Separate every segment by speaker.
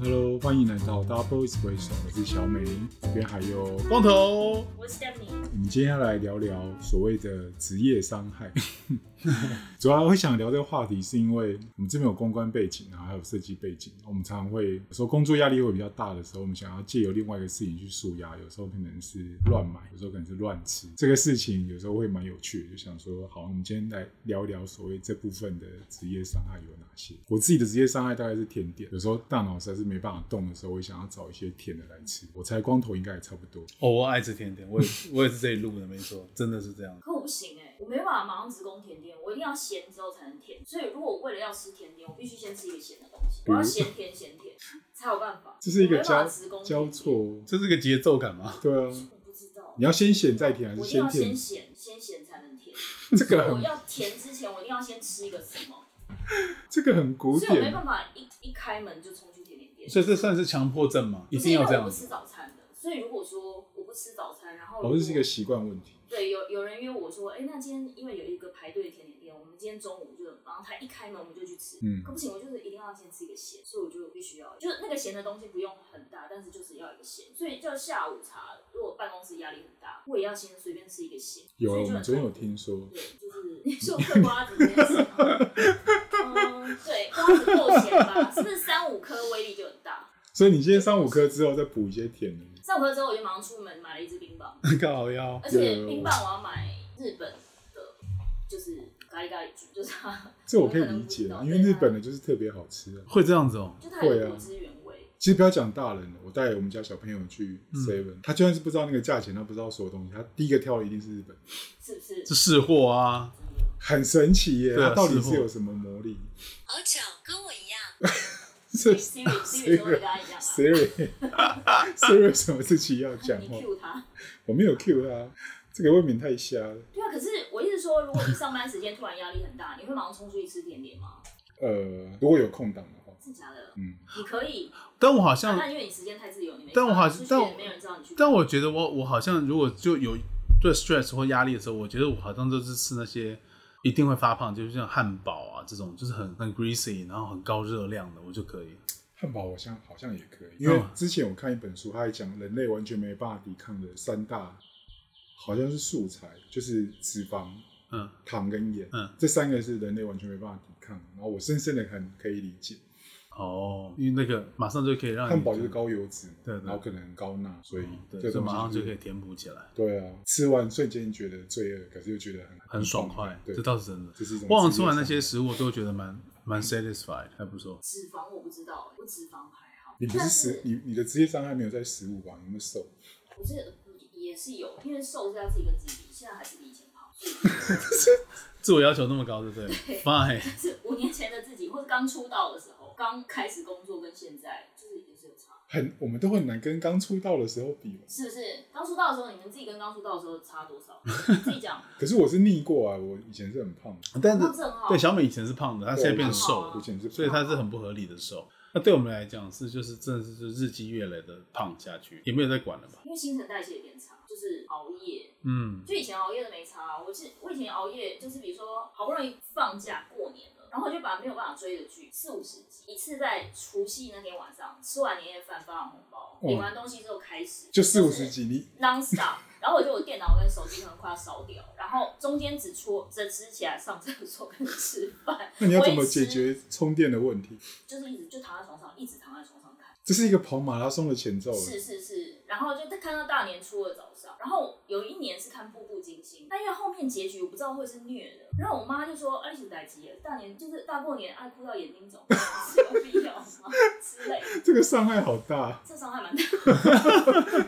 Speaker 1: Hello，欢迎来到 Double Espresso，我是小美，这边还有光头。
Speaker 2: 我是 Stephanie，
Speaker 1: 我们接下来聊聊所谓的职业伤害。 主要会想聊这个话题，是因为我们这边有公关背景啊，还有设计背景。我们常常会有时候工作压力会比较大的时候，我们想要借由另外一个事情去舒压。有时候可能是乱买，有时候可能是乱吃。这个事情有时候会蛮有趣的，就想说，好，我们今天来聊一聊所谓这部分的职业伤害有哪些。我自己的职业伤害大概是甜点，有时候大脑实在是没办法动的时候，我会想要找一些甜的来吃。我猜光头应该也差不多。
Speaker 3: 哦，我爱吃甜点，我也我也是这一路的，没错，真的是这样。
Speaker 2: 可我不行哎、我没办法马上直攻甜点，我一定要咸之后才能甜。所以如果我为了要吃甜点，我必须先吃一个咸的东西，
Speaker 1: 比
Speaker 2: 我
Speaker 1: 如
Speaker 2: 要咸甜咸甜才有办法。
Speaker 1: 这是一个
Speaker 2: 我没办
Speaker 1: 交
Speaker 2: 法直攻甜
Speaker 1: 交
Speaker 2: 点，
Speaker 1: 错，
Speaker 3: 这是个节奏感吗？
Speaker 1: 对啊。
Speaker 2: 我不知道
Speaker 1: 你。要先咸再甜还
Speaker 2: 我
Speaker 1: 是
Speaker 2: 一定
Speaker 1: 先啊
Speaker 2: 要先
Speaker 1: 甜？
Speaker 2: 咸，先咸才能 甜。
Speaker 1: 这
Speaker 2: 所以
Speaker 1: 个
Speaker 2: 我
Speaker 1: 很
Speaker 2: 要甜之前，我一定要先吃一个什么，
Speaker 1: 这个很古
Speaker 2: 所以我没
Speaker 1: 典，
Speaker 2: 办法一一开门就冲去甜点店。
Speaker 3: 所以这算是强迫症吗？一
Speaker 2: 不是
Speaker 3: 定
Speaker 2: 因
Speaker 3: 要
Speaker 2: 为
Speaker 3: 这
Speaker 2: 我
Speaker 3: 样
Speaker 2: 不
Speaker 3: 子
Speaker 2: 吃早餐的，所以如果说我不吃早餐，然后如
Speaker 1: 哦，这是一
Speaker 2: 果
Speaker 1: 个习惯问题。
Speaker 2: 对，有有人约我说，哎、那今天因为有一个排队的甜点店，我们今天中午就，然后他一开门我们就去吃。
Speaker 1: 嗯
Speaker 2: 可不行，我就是一定要先吃一个咸，所以我就必须要，就是那个咸的东西不用很大，但是就是要一个咸。所以就下午茶，如果办公室压力很大，我也要先随便吃一个咸。
Speaker 1: 有，啊
Speaker 2: 所以
Speaker 1: 我
Speaker 2: 就
Speaker 1: 们
Speaker 2: 很
Speaker 1: 昨天有
Speaker 2: 痛苦
Speaker 1: 听说，
Speaker 2: 对，就是你说嗑瓜子这件事吗。嗯，对，瓜子够咸吧？是不是三五颗威力就很大？
Speaker 1: 所以你今天上五颗之后再补一些甜的。
Speaker 2: 三五颗之后，我就马上出门买了一支冰棒。
Speaker 3: 搞腰。
Speaker 2: 而且冰棒我要买日本的，就是咖喱咖喱猪，就是 它，
Speaker 1: 这我可以理解啊，因为日本的就是特别好吃啊。
Speaker 3: 会这样子哦、
Speaker 2: 就它有果汁原味。
Speaker 1: 其实不要讲大人了，我带我们家小朋友去
Speaker 3: 嗯
Speaker 1: Seven，、他就算是不知道那个价钱，他不知道所有东西，他第一个跳的一定是日本，
Speaker 2: 是不是？
Speaker 3: 是是货啊，
Speaker 1: 很神奇耶、
Speaker 3: 对啊
Speaker 1: 他到底
Speaker 3: 是
Speaker 1: 是
Speaker 3: 货
Speaker 1: 有什么魔力？
Speaker 4: 好巧，跟我一样。
Speaker 1: 这
Speaker 2: Siri Siri 说的跟他 一样啊，
Speaker 1: Siri Siri 什么事情要讲哦
Speaker 2: 你
Speaker 1: 话？
Speaker 2: Q 他。
Speaker 1: 我没有 Q 他，这个未免太瞎了。
Speaker 2: 对啊，可是我一直说，如果你上班时间突然压力很大，你会马上冲出去吃甜点吗？
Speaker 1: 呃，如果有空档的话，
Speaker 2: 是假的？
Speaker 1: 嗯，
Speaker 2: 你可以，
Speaker 3: 但我好
Speaker 2: 但
Speaker 3: 像，
Speaker 2: 因为你时间太自由，你没办法。
Speaker 3: 但我好
Speaker 2: 出去
Speaker 3: 但我
Speaker 2: 也没有人知道你去。
Speaker 3: 但我觉得我我好像如果就有对 stress 或压力的时候，我觉得我好像就是吃那些一定会发胖，就是像汉堡啊这种，就是很很 greasy，然后很高热量的，我就可以。
Speaker 1: 汉堡好像好像也可以，因为
Speaker 3: 嗯
Speaker 1: 之前我看一本书，它还讲人类完全没办法抵抗的三大，好像是素材，就是脂肪、
Speaker 3: 嗯，
Speaker 1: 糖跟盐，
Speaker 3: 嗯，
Speaker 1: 这三个是人类完全没办法抵抗的。然后我深深的很可以理解，
Speaker 3: 哦，因为那个马上就可以让你
Speaker 1: 汉堡就是高油脂嘛，
Speaker 3: 对对哦
Speaker 1: 然后可能高钠，所以这
Speaker 3: 对，
Speaker 1: 个
Speaker 3: 就
Speaker 1: 东
Speaker 3: 马上
Speaker 1: 西
Speaker 3: 就可
Speaker 1: 是
Speaker 3: 以填补起来。
Speaker 1: 对啊，吃完瞬间觉得罪恶，可是又觉得很
Speaker 3: 很爽快，
Speaker 1: 对
Speaker 3: 这，倒是真的。
Speaker 1: 这是一种
Speaker 3: 我好像吃完
Speaker 1: 职业
Speaker 3: 那
Speaker 1: 伤害
Speaker 3: 些食物，我都觉得蛮蛮 satisfied，还不错。
Speaker 2: 脂肪我不知道，我脂肪还好。
Speaker 1: 你不是
Speaker 2: 但
Speaker 1: 食你你的职业伤害没有在食物吧？你有没有瘦？
Speaker 2: 我是也是有，因为瘦下是一个自己，现在还是比以前胖。
Speaker 3: 自我要求那么高，对 不对？Fine，
Speaker 2: 是五年前的自己，或是刚出道的时候，刚开始工作跟现在，就是也是有差，
Speaker 1: 很我们都很难跟刚出道的时候比吧。
Speaker 2: 是不是？刚出道的时候，你们自己跟刚出道的时候差多 少？你自己讲，
Speaker 1: 可是我是逆过啊，我以前是很胖的，
Speaker 3: 但是
Speaker 2: 胖正好，啊
Speaker 3: 对小美以前是胖的，她现在变得瘦
Speaker 1: 我以
Speaker 3: 了，
Speaker 1: 前是胖的
Speaker 3: 所以她是很不合理的瘦。那对我们来讲是就是真的是就是日积月累的胖下去，也没有在管了吧？
Speaker 2: 因为新陈代谢有点差，就是熬夜。
Speaker 3: 嗯，
Speaker 2: 就以前熬夜都没差，啊我是我以前熬夜就是比如说好不容易放假过年了，然后就把没有办法追的剧四五十集，一次在除夕那天晚上吃完年夜饭发完红包，领完东西之后开始，
Speaker 1: 就四五十集，你
Speaker 2: non stop，然后我觉得我电脑跟手机可能快要烧掉，然后中间只出只吃起来上厕所跟吃饭，
Speaker 1: 那你要怎么
Speaker 2: 维
Speaker 1: 解
Speaker 2: 持
Speaker 1: 决充电的问题？
Speaker 2: 就是一直就躺在床上，一直躺在床上看，
Speaker 1: 这是一个跑马拉松的前奏了。
Speaker 2: 是是是，然后就看到大年初的早上，然后有一年是看《步步惊心》，但因为后面结局我不知道会是虐的，然后我妈就说：“哎、啊，你来急了，大年就是大过年爱哭到眼睛肿，是有必要吗？” 之类的。
Speaker 1: 这个伤害好大，
Speaker 2: 这伤害蛮大。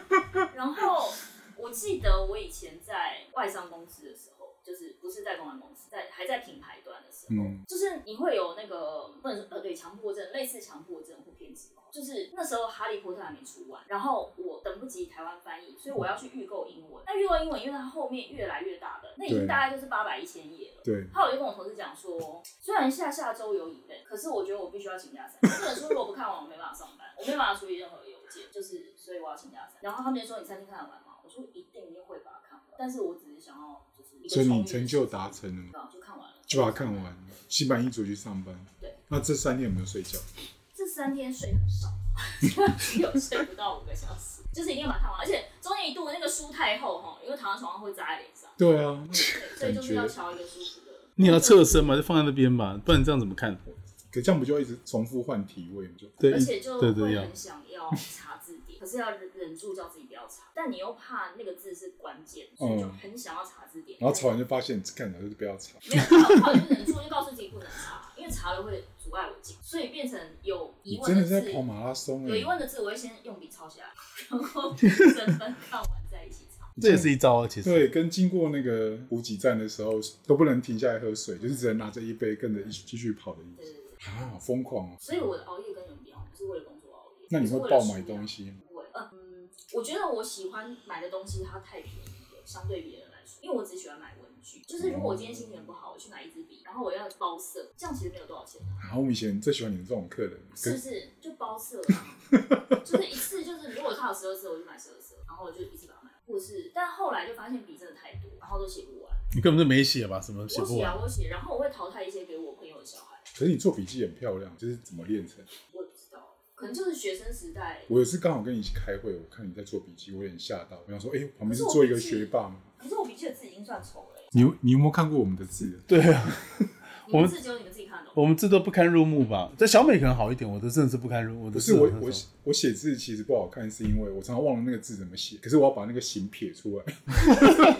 Speaker 2: 然后我记得我以前在外商公司的时候，就是不是在公关公司，在还在品牌端的时候，
Speaker 1: 嗯，
Speaker 2: 就是你会有那个不能说呃对强迫症，类似强迫症或偏执狂。就是那时候《哈利波特》还没出完，然后我等不及台湾翻译，所以我要去预购英文。那预购英文，因为它后面越来越大的，那已经
Speaker 1: 对
Speaker 2: 大概就是八百一千页了。
Speaker 1: 对，
Speaker 2: 后来我就跟我同事讲说，虽然下下周有 event，可是我觉得我必须要请假三天。这本书如果不看完，我没办法上班， 我没办法处理任何邮件，就是所以我要请假三天。然后他们就说你三天看得完吗？我说一定会把它看完，但是我只是想要就是一个
Speaker 1: 所以你
Speaker 2: 冲
Speaker 1: 成就达成了
Speaker 2: 对
Speaker 1: 吗，
Speaker 2: 啊，就看完了，
Speaker 1: 就把它看。完，心满意足去上班
Speaker 2: 对。
Speaker 1: 那这三天有没有睡觉？
Speaker 2: 这三天睡很少， 有睡不到五个小时，就是一定要把它看完。而且中间一度那个书太厚哈，因为躺在床上会砸在脸上，
Speaker 1: 对啊，
Speaker 2: 对，所以就是要瞧一个舒服的。
Speaker 3: 你要侧身嘛，就放在那边吧，不然你这样怎么看？
Speaker 1: 可这样不就一直重复换体位吗？就
Speaker 3: 对，
Speaker 2: 而且就
Speaker 3: 对
Speaker 2: 会
Speaker 3: 对要
Speaker 2: 很想要查字典，可是要忍住叫自己不要查，但你又怕那个字是关键，所以就
Speaker 1: 嗯
Speaker 2: 很想要查字典。
Speaker 1: 然后吵完就发现，干了就是不要吵。
Speaker 2: 没有，后来就忍住，就告诉自己不能查，因为查了会阻碍我进，所以变成有
Speaker 1: 你
Speaker 2: 疑问
Speaker 1: 真的
Speaker 2: 的
Speaker 1: 是在
Speaker 2: 字，
Speaker 1: 跑马拉松
Speaker 2: 有
Speaker 1: 哎、
Speaker 2: 疑问的字，我会先用笔抄下来，然 后整本看完再一起查。
Speaker 3: 这也是一招啊，其实。
Speaker 1: 对，跟经过那个补给站的时候都不能停下来喝水，就是只能拿着一杯跟着一起继续跑的意
Speaker 2: 对
Speaker 1: 思
Speaker 2: 对对。
Speaker 1: 啊，好疯狂哦！
Speaker 2: 所以我的熬夜跟你们不一样，不是为了工作熬夜。
Speaker 1: 那你会
Speaker 2: 我是为了
Speaker 1: 爆买
Speaker 2: 舒压
Speaker 1: 东西吗？
Speaker 2: 不会，嗯，我觉得我喜欢买的东西它太便宜了，相对别人来说，因为我只喜欢买文具。就是如果我今天心情不好，我去买一支笔，然后我要包色，这样其实没有多少钱啊，
Speaker 1: 然后我们以前最喜欢你们这种客人，
Speaker 2: 是不
Speaker 1: 可
Speaker 2: 是？就包色 啊，就是一次就是如果它有十二色，我就买十二色，然后我就一次把它买。或者是，但后来就发现笔真的太多，然后都写不完。
Speaker 3: 你根本就没写吧？什么写
Speaker 2: 我
Speaker 3: 不
Speaker 2: 写
Speaker 3: 完
Speaker 2: 啊，？我写，然后我会淘汰一些给我朋友的小孩，
Speaker 1: 可是你做笔记很漂亮，就是怎么练成？
Speaker 2: 我也不知道，可能就是学生时代
Speaker 1: 我也是刚好跟你一起开会，我看你在做笔记，我有点吓到，我想说，哎、旁边
Speaker 2: 可是
Speaker 1: 是
Speaker 2: 我
Speaker 1: 做一个
Speaker 2: 笔记
Speaker 1: 学霸吗？
Speaker 2: 可是我笔记的字已经算丑了耶，
Speaker 1: 你有你有没有看过我们的字？
Speaker 3: 对啊，
Speaker 2: 你们字只有你们自己看得懂。
Speaker 3: 我们这都不堪入目吧？在小美可能好一点，我的真的是不堪入目。我的
Speaker 1: 不是啊我
Speaker 3: 真的
Speaker 1: 我
Speaker 3: 很少
Speaker 1: 我写字其实不好看，是因为我常常忘了那个字怎么写，可是我要把那个形撇出来，
Speaker 2: 用一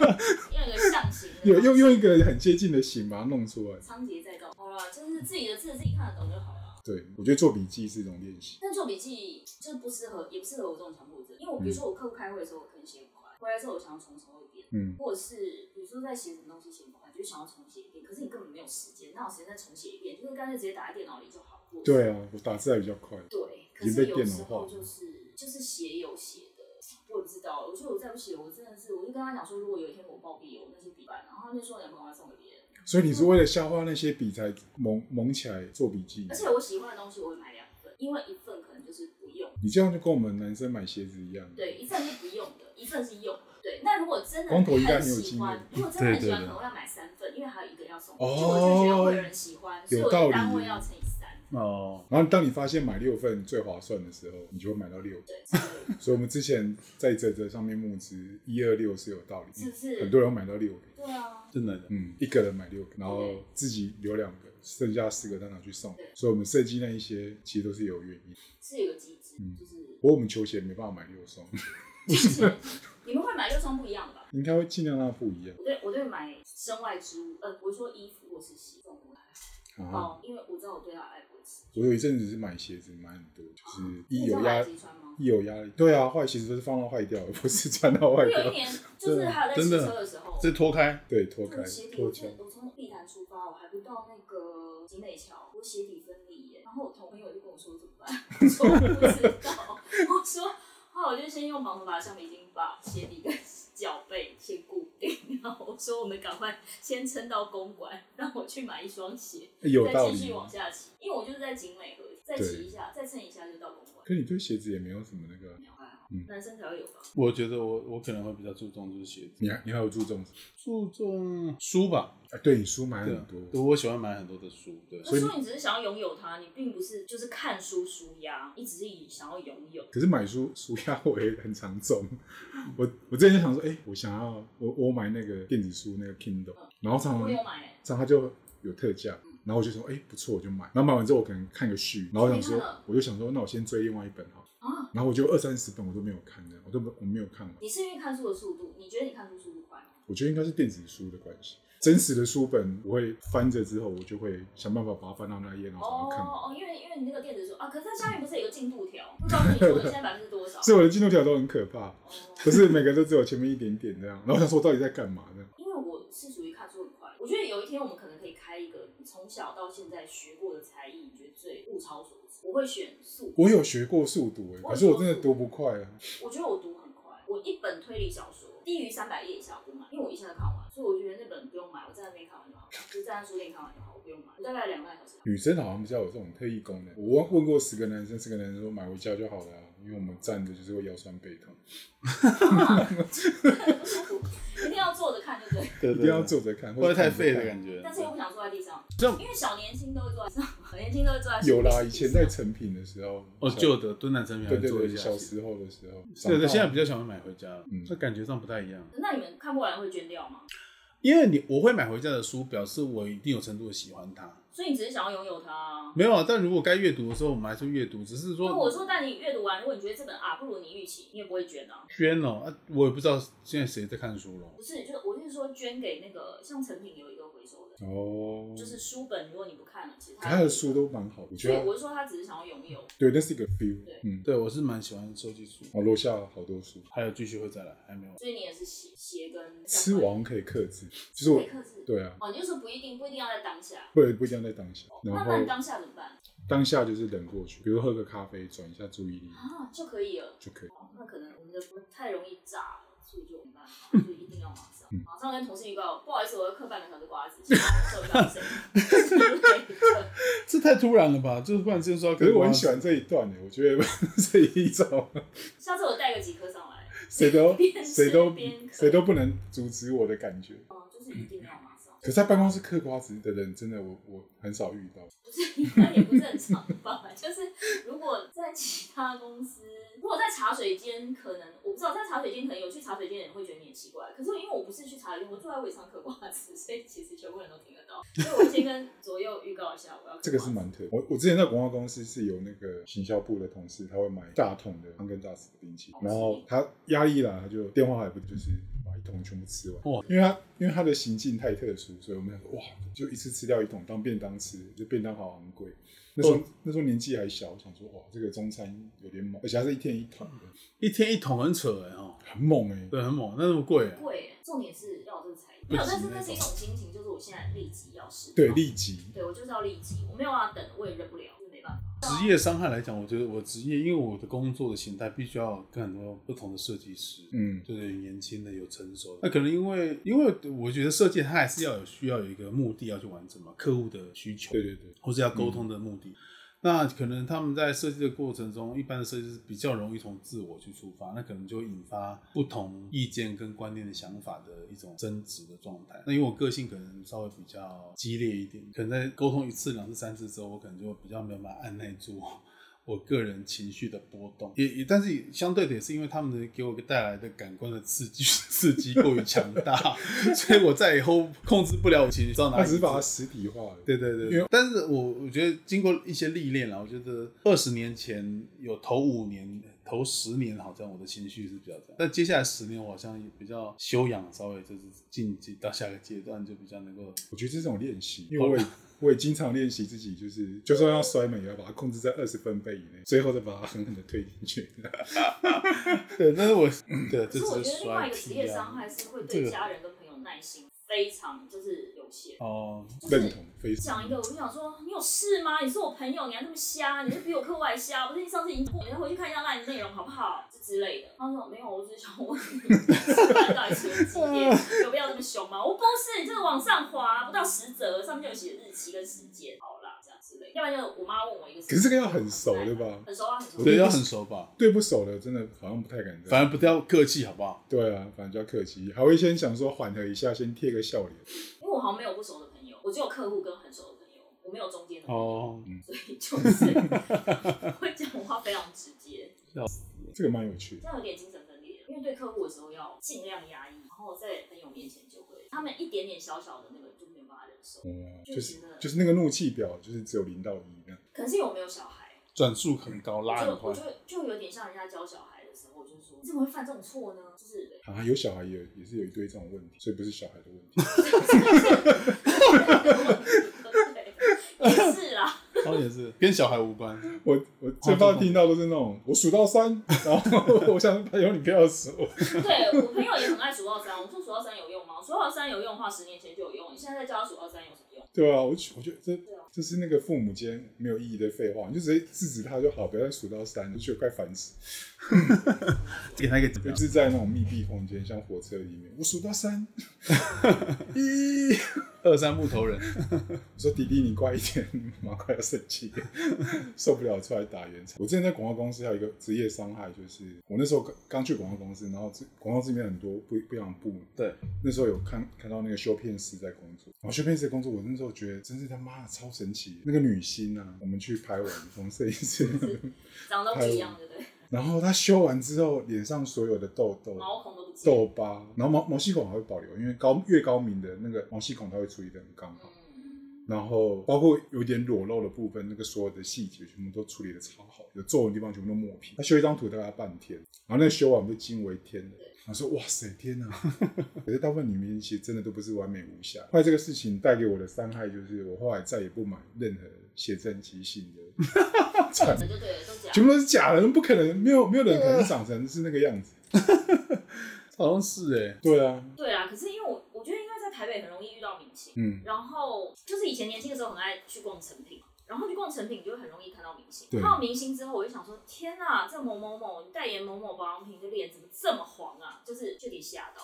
Speaker 2: 个象形的，
Speaker 1: 有用用一个很接近的形把它弄出来。
Speaker 2: 仓颉在造。好了，就是自己的字自己看得懂就好了。
Speaker 1: 对，我觉得做笔记是一种练习。
Speaker 2: 但做笔记就是不适合，也不适合我这种强迫症，因为我比如说我客户开会的时候，我可能写很快，回来之后我想要重抄一遍，
Speaker 1: 嗯，
Speaker 2: 或者是比如说在写什么东西写很快，就想要重写一遍，可是你根本没有时间，哪有时间再重写一遍？就是干脆直接打在电脑里就好。或者是
Speaker 1: 对啊，我打字还比较快。
Speaker 2: 对，
Speaker 1: 已
Speaker 2: 可
Speaker 1: 经
Speaker 2: 是
Speaker 1: 被
Speaker 2: 有
Speaker 1: 电
Speaker 2: 时
Speaker 1: 脑化
Speaker 2: 候
Speaker 1: 了
Speaker 2: 就是就是写有写的，我也不知道。我觉得我再不写，我真的是，我就跟他讲说，如果有一天我暴毙，我那些笔板，然后他就说你要不要把它送给别人。
Speaker 1: 所以你是为了消化那些笔才蒙蒙起来做笔记
Speaker 2: 而，且我喜欢的东西我会买两份，因为一份可能就是不用，
Speaker 1: 你这样就跟我们男生买鞋子一样。
Speaker 2: 对，一份是不用的，一份是用的。对，那如果真的
Speaker 1: 光头应该
Speaker 2: 很
Speaker 1: 很有
Speaker 2: 喜
Speaker 1: 经
Speaker 2: 欢
Speaker 1: 验，
Speaker 2: 如果真的很喜欢，
Speaker 3: 对对对
Speaker 2: 可能会要买三份，因为还有一个要送，
Speaker 1: 哦
Speaker 2: 结果就觉得会有人喜欢，所以
Speaker 1: 有
Speaker 2: 我
Speaker 1: 道
Speaker 2: 的
Speaker 1: 理
Speaker 2: 单位要乘以三。
Speaker 3: 哦，
Speaker 1: 然后当你发现买六份最划算的时候，你就会买到六。
Speaker 2: 对，所以
Speaker 1: 所以我们之前在这这上面募资一二六是有道理，
Speaker 2: 是不是
Speaker 1: 很多人会买到六个，
Speaker 2: 对啊，
Speaker 3: 真的。
Speaker 1: 嗯，一个人买六个，然后
Speaker 2: 对
Speaker 1: 自己留两个，剩下四个再拿去送
Speaker 2: 对。
Speaker 1: 所以我们设计那一些其实都是有原因。
Speaker 2: 是有个机制，就是
Speaker 1: 嗯不过我们球鞋没办法买六双，
Speaker 2: 之前你们会买六双不一样的吧？
Speaker 1: 应该会尽量让它不一样
Speaker 2: 我对我对买身外之物，呃，我说衣服或是鞋，这种我还
Speaker 1: 啊。
Speaker 2: 好，因为我知道我对它爱不起。
Speaker 1: 我有一阵子是买鞋子买很多，就是一
Speaker 2: 你知道
Speaker 1: 有
Speaker 2: 买
Speaker 1: 压
Speaker 2: 来自己穿吗？
Speaker 1: 一有压力，对啊，坏鞋子都是放到坏掉的，不是穿到
Speaker 2: 我
Speaker 1: 坏
Speaker 2: 有一
Speaker 1: 掉。
Speaker 2: 年就是还有在骑
Speaker 3: 真的
Speaker 2: 车的时候，
Speaker 3: 这脱开，
Speaker 1: 对，脱
Speaker 2: 这
Speaker 1: 开
Speaker 2: 个鞋底，
Speaker 1: 脱
Speaker 2: 我
Speaker 1: 胶
Speaker 2: 真，的我从碧潭出发，我还不到那个景美桥，我鞋底分离耶。然后我同朋友就跟我说怎么办， 我说我不知道，我说后来我就先用盲盒把橡皮筋把鞋底跟脚背先固定，然后我说我们赶快先撑到公馆，让我去买一双鞋，
Speaker 1: 欸有道
Speaker 2: 再继续
Speaker 1: 理。
Speaker 2: 往下骑，因为我就是在景美河再骑一下，再蹭一下就到公馆。
Speaker 1: 可你对鞋子也没有什么那个，嗯
Speaker 2: 男生才会有吧？
Speaker 3: 我觉得我我可能会比较注重就是鞋子，
Speaker 1: 你还你还有注重什么？
Speaker 3: 注重书吧。
Speaker 1: 啊，对你书买
Speaker 3: 对
Speaker 1: 很
Speaker 3: 啊，
Speaker 1: 多，
Speaker 3: 对我喜欢买很多的书，对。
Speaker 2: 那说你只是想要拥有它，你并不是就是看书舒压，你只是以想要拥有。
Speaker 1: 可是买书书压我也很常中，我我之前就想说，哎、我想要我我买那个电子书那个 Kindle，然后常
Speaker 2: 嗯我
Speaker 1: 常
Speaker 2: 有买、欸。
Speaker 1: 常它就有特价，然后我就说，哎、不错，我就买。然后买完之后我可能看个序，然后我想
Speaker 2: 你
Speaker 1: 说
Speaker 2: 看了，
Speaker 1: 我就想说，那我先追另外一本好了，
Speaker 2: 啊，
Speaker 1: 然后我就二三十本我都没有看的，我都没我没有看完。
Speaker 2: 你是因为看书的速度？你觉得你看书速度快吗？
Speaker 1: 我觉得应该是电子书的关系，真实的书本我会翻着之后，我就会想办法把它翻到那一页，然后把它看完。
Speaker 2: 哦，因为因为你那个电子书啊，可是它下面不是有个进度条，不知道你说的现在百分之多少？
Speaker 1: 所以我的进度条都很可怕，
Speaker 2: 哦，
Speaker 1: 不是每个都只有前面一点点这样。然后我想说，我到底在干嘛呢？
Speaker 2: 因为我是属于看书很快，我觉得有一天我们可能可以开一个你从小到现在学过的才艺，你觉得最物超所值？我会选速，
Speaker 1: 我有学过速读、欸，
Speaker 2: 我
Speaker 1: 可是我真的读不快啊。
Speaker 2: 我觉得我读很快，我一本推理小说低于三百页以下我不买，因为我一下就看完，所以我觉得那本不用买，我在那边看完就好，就站在书店看完就好，我不用买，我大概两个半小时。
Speaker 1: 女生好像比较有这种特异功能。我问问过十个男生，十个男生说买回家就好了啊、因为我们站着就是会腰酸背痛，
Speaker 2: 不舒服，一定要坐着看，对不对？
Speaker 3: 对
Speaker 1: 一定要，坐着看，
Speaker 3: 不然太
Speaker 1: 看着
Speaker 3: 废
Speaker 1: 看
Speaker 3: 的感觉。
Speaker 2: 但是又不想坐在地上，
Speaker 3: 这样
Speaker 2: 因为小年轻都会坐在地上嘛。 我年轻都会坐在
Speaker 1: 有啦，以前在成品的时候，
Speaker 3: 哦，
Speaker 1: 小
Speaker 3: 旧的蹲南成品还
Speaker 1: 对对
Speaker 3: 做
Speaker 1: 对，
Speaker 3: 一下
Speaker 1: 小
Speaker 3: 其实，
Speaker 1: 时候的时候，
Speaker 3: 对对，
Speaker 1: 长大
Speaker 3: 现在比较想要买回家了
Speaker 1: 嗯，
Speaker 3: 这感觉上不太一样。
Speaker 2: 那你们看过来会捐掉吗？
Speaker 3: 因为你我会买回家的书，表示我一定有程度的喜欢它。
Speaker 2: 所以你只是想要拥有它啊。
Speaker 3: 没有啊，但如果该阅读的时候，我们还是阅读，只是
Speaker 2: 那我
Speaker 3: 说
Speaker 2: 说，但你阅读完，如果你觉得这本啊不如你预期，你也不会捐啊。
Speaker 3: 捐哦、啊，我也不知道现在谁在看书了。
Speaker 2: 不是，就是我就是说捐给那个像成品有一个回收的，
Speaker 1: 哦，
Speaker 2: 就是书本，如果你不看了，其实
Speaker 1: 可
Speaker 2: 它
Speaker 1: 他的书都蛮好，我觉
Speaker 2: 所以
Speaker 1: 得
Speaker 2: 我是说他只是想要拥有。
Speaker 1: 对，那是一个 feel，
Speaker 2: 对
Speaker 1: 嗯，
Speaker 3: 对，我是蛮喜欢收集书，
Speaker 1: 我楼下好多书，
Speaker 3: 还有继续会再来，还没有。
Speaker 2: 所以你也是鞋鞋跟
Speaker 1: 吃完可以克制，就是
Speaker 2: 可以
Speaker 1: 我
Speaker 2: 克制。
Speaker 1: 对啊，
Speaker 2: 哦，你就说不一定，不一定要在当下。
Speaker 1: 不能不一定要在当下，
Speaker 2: 那
Speaker 1: 然
Speaker 2: 那你
Speaker 1: 后
Speaker 2: 当下怎么办
Speaker 1: 当下就是忍过去，比如喝个咖啡，转移一下注意力
Speaker 2: 啊？就可以了。
Speaker 1: 就可以。
Speaker 2: 哦，那可能我们的不太容易炸了，所以就没办法， 就一定要马上。
Speaker 1: 嗯
Speaker 2: 马上跟同事预告，不好意思，我要刻半个小时瓜子，其他人受不了声音 之类的。
Speaker 3: 这太突然了吧？就是突然间说，
Speaker 1: 可是我很喜欢这一段欸呢，我觉得 这一招
Speaker 2: 下次我带个几颗上来。
Speaker 1: 谁都
Speaker 2: 边吃
Speaker 1: 谁都
Speaker 2: 边嗑
Speaker 1: 谁都不能阻止我的感觉。
Speaker 2: 哦，就是一定要马上。
Speaker 1: 可是在办公室嗑瓜子的人，真的我我很少遇到。
Speaker 2: 不是，应该也不正常吧？ 就是如果在其他公司，如果在茶水间，可能我不知道，在茶水间可能有去茶水间的人会觉得你很奇怪。可是因为我不是去茶水间，我坐在位上嗑瓜子，所以其实全部人都听得到。所以我先跟左右预告一下，我要嗑瓜子
Speaker 1: 这个是蛮特别。我我之前在广告公司是有那个行销部的同事，他会买大桶的康根达斯的冰淇淋，然后他压力啦，他就电话来不就是把一桶全部吃完。
Speaker 3: 哇
Speaker 1: 因为他因为他的行径太特殊，所以我们想说哇，就一次吃掉一桶当便当吃，这便当好昂贵。那时候、那时候年纪还小，我想说哇，这个中餐有点猛，而且它是一天一桶的，
Speaker 3: 一天一桶很扯哎、哦，
Speaker 1: 很猛哎、
Speaker 3: 对，很猛，那那么贵、欸，
Speaker 2: 贵耶，重点是要有这个财力。
Speaker 3: 不
Speaker 2: 没
Speaker 3: 急
Speaker 2: 有，但是
Speaker 3: 那
Speaker 2: 那是一
Speaker 3: 种
Speaker 2: 种心情，就是我现在立即要试。
Speaker 1: 对，立即
Speaker 2: 对我就是要立即，我没有办法等，我也忍不了，就没办法。
Speaker 3: 职业伤害来讲，我觉得我职业，因为我的工作的形态必须要跟很多不同的设计师，
Speaker 1: 嗯
Speaker 3: 就是年轻的有成熟的。那可能因为因为我觉得设计它还是要有需要有一个目的要去完成嘛，客户的需求，
Speaker 1: 对对对，
Speaker 3: 或是要
Speaker 1: 嗯
Speaker 3: 沟通的目的。那可能他们在设计的过程中，一般的设计师比较容易从自我去出发，那可能就会引发不同意见跟观念的想法的一种争执的状态。那因为我个性可能稍微比较激烈一点，可能在沟通一次、两次、三次之后，我可能就比较没有办法按耐住我个人情绪的波动，也也，但是相对的也是因为他们的给我带来的感官的刺激 刺激过于强大， 所以我再以后控制不了我情绪到哪
Speaker 1: 他
Speaker 3: 里。
Speaker 1: 只是把它实体化了。
Speaker 3: 对对对，对但是我我觉得经过一些历练啦，我觉得二十年前有头五年、头十年，好像我的情绪是比较这样，但接下来十年我好像也比较修养，稍微就是晋级到下个阶段就比较能够。
Speaker 1: 我觉得这种练习，因为我也我也经常练习自己，就是就算要摔门，也要把它控制在二十分贝以内，最后再把它狠狠的推进去。
Speaker 3: 对，但是我 对，
Speaker 2: 可
Speaker 3: 这
Speaker 2: 是我
Speaker 3: 只
Speaker 2: 觉
Speaker 3: 是
Speaker 2: 得另
Speaker 3: 衰
Speaker 2: 外一个职
Speaker 3: 体
Speaker 2: 业
Speaker 3: 啊
Speaker 2: 伤。害是会
Speaker 3: 这
Speaker 2: 对
Speaker 3: 个
Speaker 2: 家人跟朋友耐心非常就是有限。
Speaker 3: 哦，
Speaker 2: 就是
Speaker 1: 认同非
Speaker 2: 讲
Speaker 1: 常
Speaker 2: 一个，我就想说，你有事吗？你是我朋友，你还这么瞎，你是比我课外瞎，不是？你上次已经过，你再回去看一下烂的内容好不好？这之类的。他说没有，我只是想问你，吃饭到底吃了几点？ 有必要这么凶吗？我不是，你就是往上滑，不到十折，上面就有写日期跟时间，好啦，这样之类的。要不然就我妈问我一个事
Speaker 1: 可
Speaker 2: 情，
Speaker 1: 是这个要很熟对吧
Speaker 2: 很熟啊，很熟。
Speaker 3: 对，要很熟吧，
Speaker 1: 对不熟的，真的好像不太敢这样。
Speaker 3: 反正不要客气，好不好？
Speaker 1: 对啊，反正就要客气，还会先想说缓和一下，先贴个笑脸。
Speaker 2: 因为我好像没有不熟的朋友，我只有客户跟很熟的朋友，我没有中间的朋友，
Speaker 3: 哦，
Speaker 2: 所以就是 会讲话非常直接。
Speaker 1: 这个蛮有趣的
Speaker 2: 这。样有点精神分裂，因为对客户的时候要尽量压抑，然后在朋友面前就会，他们一点点小小的那个就没有办法忍受。
Speaker 1: 哦，
Speaker 2: 就
Speaker 1: 就是
Speaker 2: 觉得
Speaker 1: 就是那个怒气表，就是只有零到一那样。
Speaker 2: 可能是因为我没有小孩，
Speaker 3: 转速很高，
Speaker 2: 我
Speaker 3: 拉很
Speaker 2: 就
Speaker 3: 快
Speaker 2: 我就。就有点像人家教小孩的时候，我就说你怎么会犯这种错呢？就是对
Speaker 1: 啊，有小孩也也是有一堆这种问题，所以不是小孩的问题。
Speaker 2: 对， 也是啦，
Speaker 3: 哦，也是跟小孩无关。
Speaker 1: 我我最怕听到都是那种我数到三，然后 我想朋友你不要数。
Speaker 2: 对我朋友也很爱数到三，我说数到三有用吗？数到三有用的话，十年前就有用，你现在再教他数到三有什么用？
Speaker 1: 对啊，我觉我觉得这
Speaker 2: 对啊
Speaker 1: 这是那个父母间没有意义的废话，你就直接制止他就好，不要再数到三，就觉得快烦死。
Speaker 3: 给他一个
Speaker 1: 尤其是在那种密闭空间，像火车里面，我数到三，一，
Speaker 3: 二三木头人，
Speaker 1: 我说弟弟你快一点， 马快要生气了， 受不了出来打圆场。我之前在广告公司还有一个职业伤害，就是我那时候刚刚去广告公司，然后这广告这边很多不不一样的部门，
Speaker 3: 对，
Speaker 1: 那时候有看看到那个修片师在工作，然后修片师的工作，我那时候觉得真是他妈的超神奇。那个女星啊，我们去拍完，我们摄影师，
Speaker 2: 长得都不一样，对不对？
Speaker 1: 然后她修完之后，脸上所有的痘痘、
Speaker 2: 毛孔都不见。
Speaker 1: 痘疤，然后毛毛细孔还会保留，因为高越高明的那个毛细孔，它会处理的很刚好。
Speaker 2: 嗯，
Speaker 1: 然后包括有点裸露的部分，那个所有的细节全部都处理的超好，有皱纹的地方全部都抹平。他修一张图大概半天，然后那个修完我们就惊为天人。我说哇塞，天 哪！可是大部分女明星其实真的都不是完美无瑕。后来这个事情带给我的伤害就是，我后来再也不买任何写真集性的，
Speaker 2: 长得就对了，都这
Speaker 1: 全
Speaker 2: 样。
Speaker 1: 部都是假的，不可能，没有没有人可能长成是那个样子。
Speaker 3: 好像是哎、
Speaker 1: 对啊，
Speaker 2: 对啊，可是因为我我觉得应该在台北很容易遇到明星，
Speaker 1: 嗯，
Speaker 2: 然后就是以前年轻的时候很爱去逛成品嘛，然后去逛成品你就会很容易看到明星。
Speaker 1: 对
Speaker 2: 看到明星之后，我就想说，天啊，这某某某你代言某某保养品的脸怎么这么黄啊？就是就给吓 到，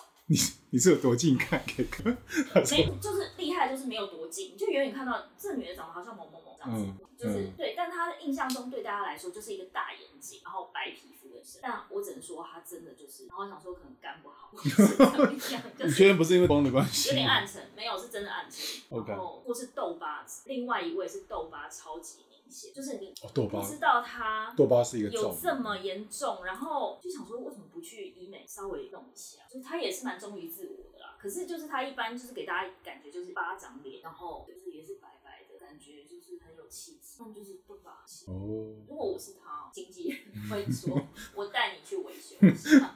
Speaker 1: 你是有多近看给哥？ 他说
Speaker 2: 没就是厉害，就是没有多近，你就远远看到这女的长得好像某某某这样子，
Speaker 1: 嗯
Speaker 2: 就是、
Speaker 1: 嗯
Speaker 2: 对，但她的印象中对大家来说就是一个大眼睛，然后白皮肤的身，但我只能说她真的就是，然后我想说可能肝不好，或者是怎么样， 就
Speaker 3: 你
Speaker 2: 是
Speaker 3: 确定不是因为光的关系？
Speaker 2: 有点暗沉，没有是真的暗沉。
Speaker 3: OK
Speaker 2: 然后或是痘疤，另外一位是痘疤超级明显，就是你
Speaker 1: 哦，痘
Speaker 2: 不
Speaker 1: 疤，
Speaker 2: 知道他
Speaker 1: 痘疤是一个
Speaker 2: 有
Speaker 1: 罩
Speaker 2: 这
Speaker 1: 门。
Speaker 2: 么严重，然后就想说为什么不去医美稍微弄一下？就是他也是蛮忠于自我的啦，可是就是他一般就是给大家感觉就是巴掌脸，然后就是也是白白的感觉，就是很有气质，但就是痘疤。
Speaker 1: 哦，
Speaker 2: 如果我是他经纪人，会说我带你去维修一下。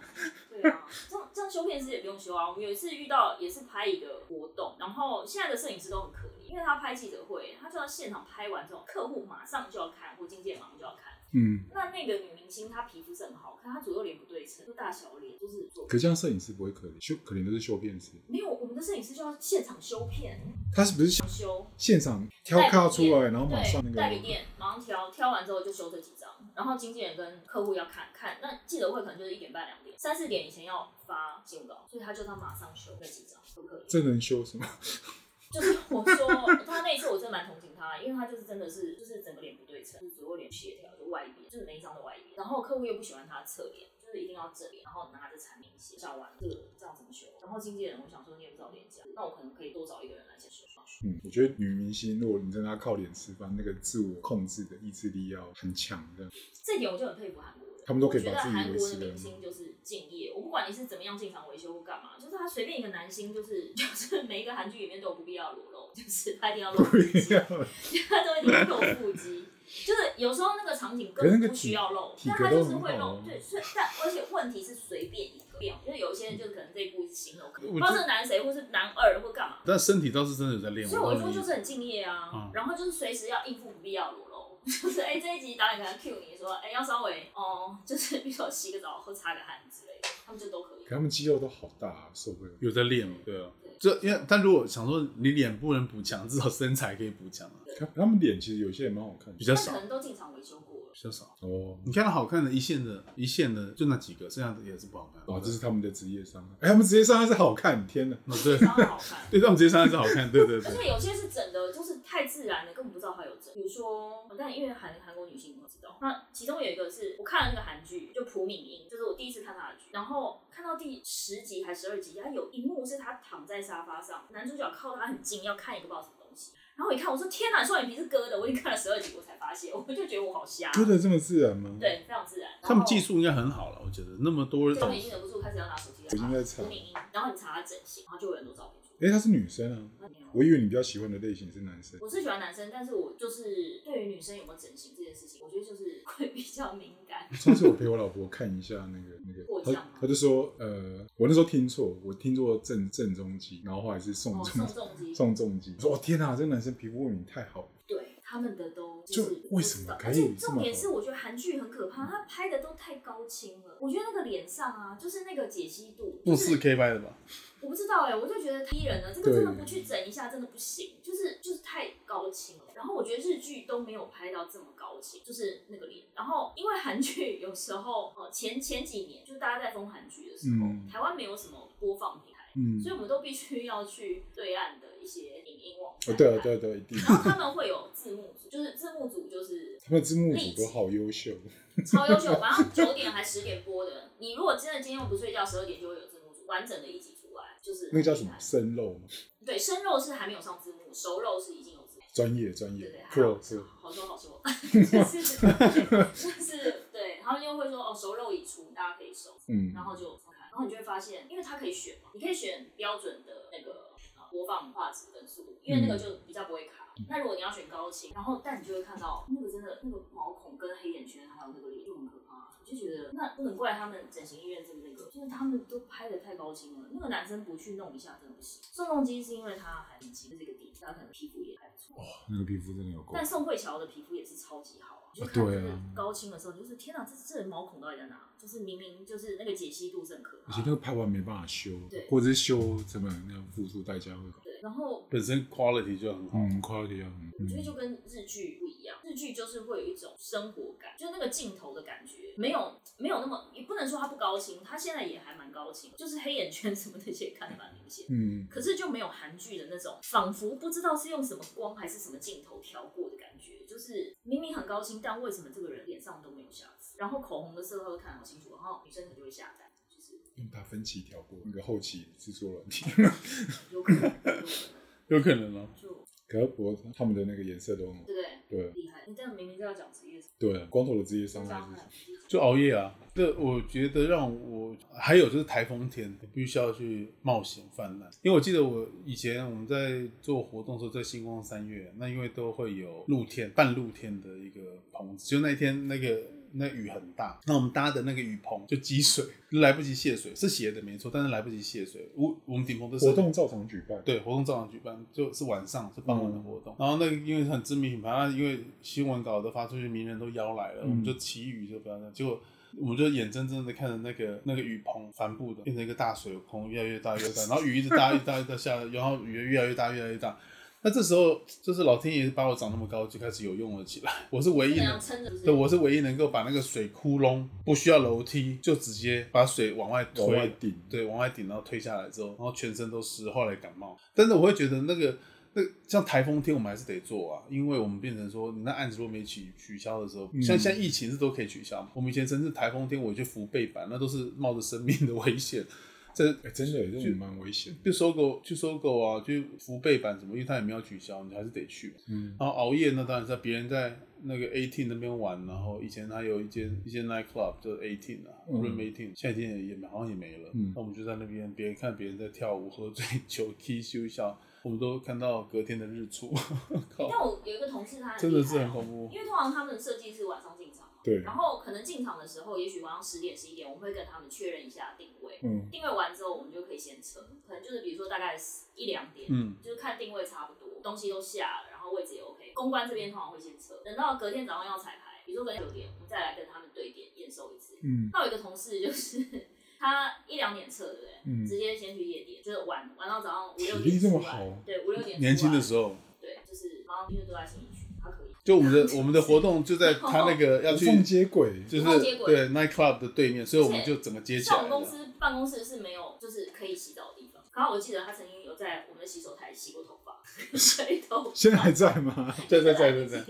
Speaker 2: 对啊，这样这样修片师也不用修啊。我们有一次遇到也是拍一个活动，然后现在的摄影师都很可怜，因为他拍记者会，他就要现场拍完之后，客户马上就要看，或经纪人马上就要看。
Speaker 1: 嗯，
Speaker 2: 那那个女明星她皮肤是很好看，她左右脸不对称，就大小脸，就是左
Speaker 1: 可这样摄影师不会可怜，修可怜都是修片师。
Speaker 2: 没有我们的摄影师就要现场修片，
Speaker 1: 他是不是想
Speaker 2: 修
Speaker 1: 现场挑卡出来，然后马上那
Speaker 2: 对，带笔
Speaker 1: 个
Speaker 2: 电，马上挑，挑完之后就修这几张，然后经纪人跟客户要看看，那记者会可能就是一点半、两点、三四点以前要发新闻稿，所以他就他马上修那几张，可不可以？
Speaker 1: 这能修什么？
Speaker 2: 就是我说他那一次我真的蛮同情他，因为他就是真的是就是整个脸不对称，就是左右脸不协调，就外边就是每一张都外边，然后客户又不喜欢他的侧脸，就是一定要正脸，然后拿着产品写讲完这个这样怎么修？然后经纪人我想说你也不知道脸颊，那我可能可以多找一个人来先修。
Speaker 1: 嗯，我觉得女明星如果你真的要靠脸吃饭，那个自我控制的意志力要很强的。
Speaker 2: 这一点我就很佩服韩国人，
Speaker 1: 他们都可以
Speaker 2: 我觉得
Speaker 1: 把自己
Speaker 2: 韩
Speaker 1: 维
Speaker 2: 国
Speaker 1: 持
Speaker 2: 的
Speaker 1: 得
Speaker 2: 明星就是敬业，我不管你是怎么样进场维修或干嘛，就是他随便一个男星，就是 就是每一个韩剧里面都有不必要的裸露，就是他一定要露腹肌，他都一定要露腹肌。就是有时候那个场景根本不需要露，
Speaker 1: 可是
Speaker 2: 但
Speaker 1: 那个
Speaker 2: 他
Speaker 1: 体
Speaker 2: 就是
Speaker 1: 体格都
Speaker 2: 会
Speaker 1: 很好
Speaker 2: 露
Speaker 1: 啊，
Speaker 2: 对，所以但而且问题是随便一个，就是有一些人就是可能这一部是新的，我不
Speaker 3: 我
Speaker 2: 知道这个男谁或是男二或干嘛，
Speaker 3: 但身体倒是真的有在练，
Speaker 2: 所以我就
Speaker 3: 倒
Speaker 2: 说
Speaker 3: 没
Speaker 2: 就是很敬业啊，
Speaker 3: 嗯
Speaker 2: 然后就是随时要应付不必要的裸露， 就是哎、这一集导演可能 cue 你说哎、要稍微哦、就是 比如说洗个澡或擦个汗之类的，他们就都可以
Speaker 1: 可。他们肌肉都好大、啊，受不了。
Speaker 3: 有在练嘛，对啊。这因为但如果想说你脸不能补强，至少身材可以补强啊，
Speaker 1: 可他们脸其实有些也蛮好看
Speaker 3: 比
Speaker 1: 的。
Speaker 3: 较
Speaker 2: 他
Speaker 3: 少
Speaker 2: 可，能都进场维修过了
Speaker 3: 比，较少。
Speaker 1: 哦，
Speaker 3: 你看到好看的一线的、一线的就那几个，剩下的也是不好看。
Speaker 1: 哇，哦这是他们的职业伤害。哎、他们职业伤害是好看，天哪！
Speaker 3: 哦对
Speaker 2: 非常好看。
Speaker 3: 对，他们直接上来是好看，对对
Speaker 2: 而
Speaker 3: 对。
Speaker 2: 且有些是整的，就是太自然了，根本不知道她有整。比如说，但因为韩韩国女星我知道，那其中有一个是我看了那个韩剧，就朴敏英，就是我第一次看她的剧，然后看到第十集还十二集，她有一幕是她躺在沙发上，男主角靠她很近要看一个不知道什么东西，然后我一看，我说天哪，双眼皮是割的，我已经看了十二集我才发现，我就觉得我好瞎。
Speaker 1: 割的这么自然吗？，
Speaker 2: 对，非常自然。然后
Speaker 3: 他们技术应该很好了，我觉得那么多人
Speaker 2: 对他们已经忍不住开始要拿手机来
Speaker 1: 我已经在
Speaker 2: 查
Speaker 1: 查
Speaker 2: 朴敏英，然后你查她整形，然后就有很多照片出来。
Speaker 1: 哎、她是女生啊。我以为你比较喜欢的类型是男生。
Speaker 2: 我是喜欢男生，但是我就是对于女生有没有整形这件事情，我觉得就是会比较敏 感。
Speaker 1: 上次我陪我老婆看一下那个那
Speaker 2: 过
Speaker 1: 个，
Speaker 2: 奖
Speaker 1: 她
Speaker 2: 吗
Speaker 1: 她就说，呃，我那时候听错，我听错郑郑中基，然后后来是宋
Speaker 2: 哦，
Speaker 1: 仲基
Speaker 2: 宋仲基，
Speaker 1: 宋仲基。我说，哦天哪，这男生皮肤过敏太好了。
Speaker 2: 对他们的都就是
Speaker 1: 就为什么
Speaker 2: 不知道
Speaker 1: 可以
Speaker 2: 而且
Speaker 1: 这么
Speaker 2: 重点
Speaker 1: 好
Speaker 2: 是，我觉得韩剧很可怕，他拍的都太高清了。我觉得那个脸上啊，就是那个解析度，
Speaker 3: 用
Speaker 2: 就
Speaker 3: 四
Speaker 2: 是
Speaker 3: K 拍的吧？
Speaker 2: 我不知道哎、我就觉得逼人了，这个真的
Speaker 1: 对
Speaker 2: 不去整一下真的不行，就是就是太高清了。然后我觉得日剧都没有拍到这么高清，就是那个脸。然后因为韩剧有时候呃前前几年就大家在封韩剧的时候，
Speaker 1: 嗯
Speaker 2: 台湾没有什么播放平台。
Speaker 1: 嗯，
Speaker 2: 所以我们都必须要去对岸的一些影音网
Speaker 1: 哦
Speaker 2: 站。
Speaker 1: 对啊对啊对啊，一定。
Speaker 2: 然后他们会有字幕组，就是字幕组就是
Speaker 1: 他们字幕组都好优秀，
Speaker 2: 超优秀，晚上九点还十点播的。你如果真的今天又不睡觉，十二点就会有字幕组完整的一集出来，就是
Speaker 1: 那个叫什
Speaker 2: 很
Speaker 1: 么
Speaker 2: 厉害
Speaker 1: 生肉吗？
Speaker 2: 对，生肉是还没有上字幕，熟肉是已经有字幕。
Speaker 1: 专业专
Speaker 2: 对
Speaker 1: 业
Speaker 2: 对，
Speaker 1: ，pro
Speaker 2: 对，
Speaker 1: pro，
Speaker 2: 好好说好说，就是就是对，他们就会说哦，熟肉已出，大家可以熟，
Speaker 1: 嗯
Speaker 2: 然后就看，然后你就会发现，因为它可以选嘛，你可以选标准的那个呃播放画质跟速度，因为那个就比较不会卡。那如果你要选高清，然后但你就会看到那个真的那个毛孔跟黑眼圈还有那个脸就很可怕，我就觉得那不能怪他们整形医院这么那个，就是他们都拍的太高清了，那个男生不去弄一下真的不行。宋仲基是因为他还年轻，就是一个底，他可能皮肤也还不错。
Speaker 1: 那个皮肤真的有够
Speaker 2: 但。宋慧乔的皮肤也是超级好啊，就
Speaker 1: 啊
Speaker 2: 是看
Speaker 1: 对
Speaker 2: 这
Speaker 1: 啊
Speaker 2: 个高清的时候，你就是天哪，这这人毛孔到底在哪？就是明明就是那个解析度是很可
Speaker 1: 而
Speaker 2: 怕
Speaker 1: 且
Speaker 2: 的。
Speaker 1: 那个拍完没办法修
Speaker 2: 对，
Speaker 1: 或者是修成本那样付出代价会高。
Speaker 2: 对，然后
Speaker 3: 本身 quality 就很好。
Speaker 1: 嗯，quality 要很。
Speaker 2: 我觉
Speaker 1: 嗯
Speaker 2: 得就跟日剧不一样，日剧就是会有一种生活感，就是那个镜头的感觉，没有没有那么，也不能说它不高清，它现在也还蛮高清，就是黑眼圈什么那些看得蛮明显。
Speaker 1: 嗯，
Speaker 2: 可是就没有韩剧的那种，仿佛不知道是用什么光还是什么镜头调过的感觉，就是明明很高清，但为什么这个人脸上都没有瑕疵？然后口红的色号都看得好清楚，然后女生可能就会下单，就是
Speaker 1: 用达芬奇调过那个后期制作软体，
Speaker 2: 有可能，有可能
Speaker 3: 有可能哦。
Speaker 2: 就
Speaker 1: 可是不过他们的那个颜色都很好
Speaker 2: 对。 不对？
Speaker 1: 对
Speaker 2: 厉害！你这样明明就要讲职业伤
Speaker 1: 对，啊光头的职业伤害
Speaker 2: 伤
Speaker 1: 是什
Speaker 2: 害
Speaker 1: 么？，
Speaker 3: 就熬夜啊。这我觉得让我还有就是台风天，你必须要去冒险泛滥。因为我记得我以前我们在做活动的时候，在星光三月，那因为都会有露天半露天的一个棚子，就那一天那个。那雨很大，那我们搭的那个雨棚就积水， 来不及泄水，是斜的没错，但是来不及泄水。我我们顶棚都是
Speaker 1: 活动照常举办。
Speaker 3: 对，活动照常举办，就是晚上是傍
Speaker 1: 嗯
Speaker 3: 晚的活动。然后那个因为很知名品牌，那因为新闻稿都发出去，名人都邀来了，我
Speaker 1: 嗯
Speaker 3: 们就祈雨就不要这样。结果我们就眼睁睁的看着那个那个雨棚帆布的变成一个大水坑，越来越大越来越大，然后雨一直大一直大一直大下来，然后雨越来越大越来越大。那这时候就是老天爷把我长那么高，就开始有用了起来。 我是唯
Speaker 2: 这
Speaker 3: 一
Speaker 2: 样
Speaker 3: 能
Speaker 2: 撑着不是？
Speaker 3: 对，我是唯一能够把那个水窟窿不需要楼梯，就直接把水往外推，
Speaker 1: 往外顶
Speaker 3: 对，往外顶，然后推下来之后，然后全身都湿，后来感冒。但是我会觉得那个那像台风天，我们还是得做啊，因为我们变成说，你那案子如果没取取消的时候，像像疫情是都可以取消嘛。我们以前甚至台风天我去扶背板，那都是冒着生命的危险。这
Speaker 1: 哎，真的，真的蛮危险的。
Speaker 3: 去搜狗去搜狗啊，去扶背板什么，因为他也没有取消，你还是得去。
Speaker 1: 嗯，
Speaker 3: 然后熬夜呢，当然是别人在那个 eighteen 那边玩，然后以前还有一间一间 night club 就是 eighteen 啊、
Speaker 1: 嗯
Speaker 3: room eighteen，现在已经也也好像也没了。
Speaker 1: 嗯
Speaker 3: 那我们就在那边，别人看别人在跳舞、喝醉 酒、踢休笑，我们都看到隔天的日出，
Speaker 2: 但
Speaker 3: 靠，
Speaker 2: 我有一个同事他 很
Speaker 3: 真的是
Speaker 2: 厉
Speaker 3: 很
Speaker 2: 害哦
Speaker 3: 恐怖。
Speaker 2: 因为通常他们的设计是晚上进场嘛，
Speaker 1: 对
Speaker 2: 然后可能进场的时候，也许晚上十点、十一点，我们会跟他们确认一下定位。
Speaker 1: 嗯
Speaker 2: 定位完之后，我们就可以先撤，可能就是比如说大概一两点，
Speaker 3: 嗯，
Speaker 2: 就是看定位差不多，东西都下了，然后位置也 OK。公关这边通常会先撤，等到隔天早上要彩排，比如说隔天九点，我们再来跟他们对点验收一次。
Speaker 1: 嗯，
Speaker 2: 那我有一个同事就是 他一两点撤，对不对？
Speaker 1: 嗯
Speaker 2: 直接先去夜店，就是玩玩到早上五六
Speaker 1: 体
Speaker 2: 点
Speaker 1: 力这
Speaker 2: 出
Speaker 1: 么
Speaker 2: 来
Speaker 1: 好，
Speaker 2: 对，五六点
Speaker 3: 年轻的
Speaker 2: 候，
Speaker 3: 时候，
Speaker 2: 对，就是然后因为都在新一区，他可以。
Speaker 3: 就我们的我们的活动就在他那
Speaker 2: 哦
Speaker 3: 个要
Speaker 1: 无
Speaker 3: 去，
Speaker 1: 缝接轨，
Speaker 3: 就是
Speaker 2: 无缝接轨
Speaker 3: 对 night club 的对面，所以我们就整个接起
Speaker 2: 像
Speaker 3: 来
Speaker 2: 我们公
Speaker 3: 了。
Speaker 2: 司办公室是没有，就是可以洗澡的地方。然后我记得他曾经有在我们的洗手台洗过头发， 水头发。
Speaker 1: 现在还在 吗？
Speaker 3: 在在在在在，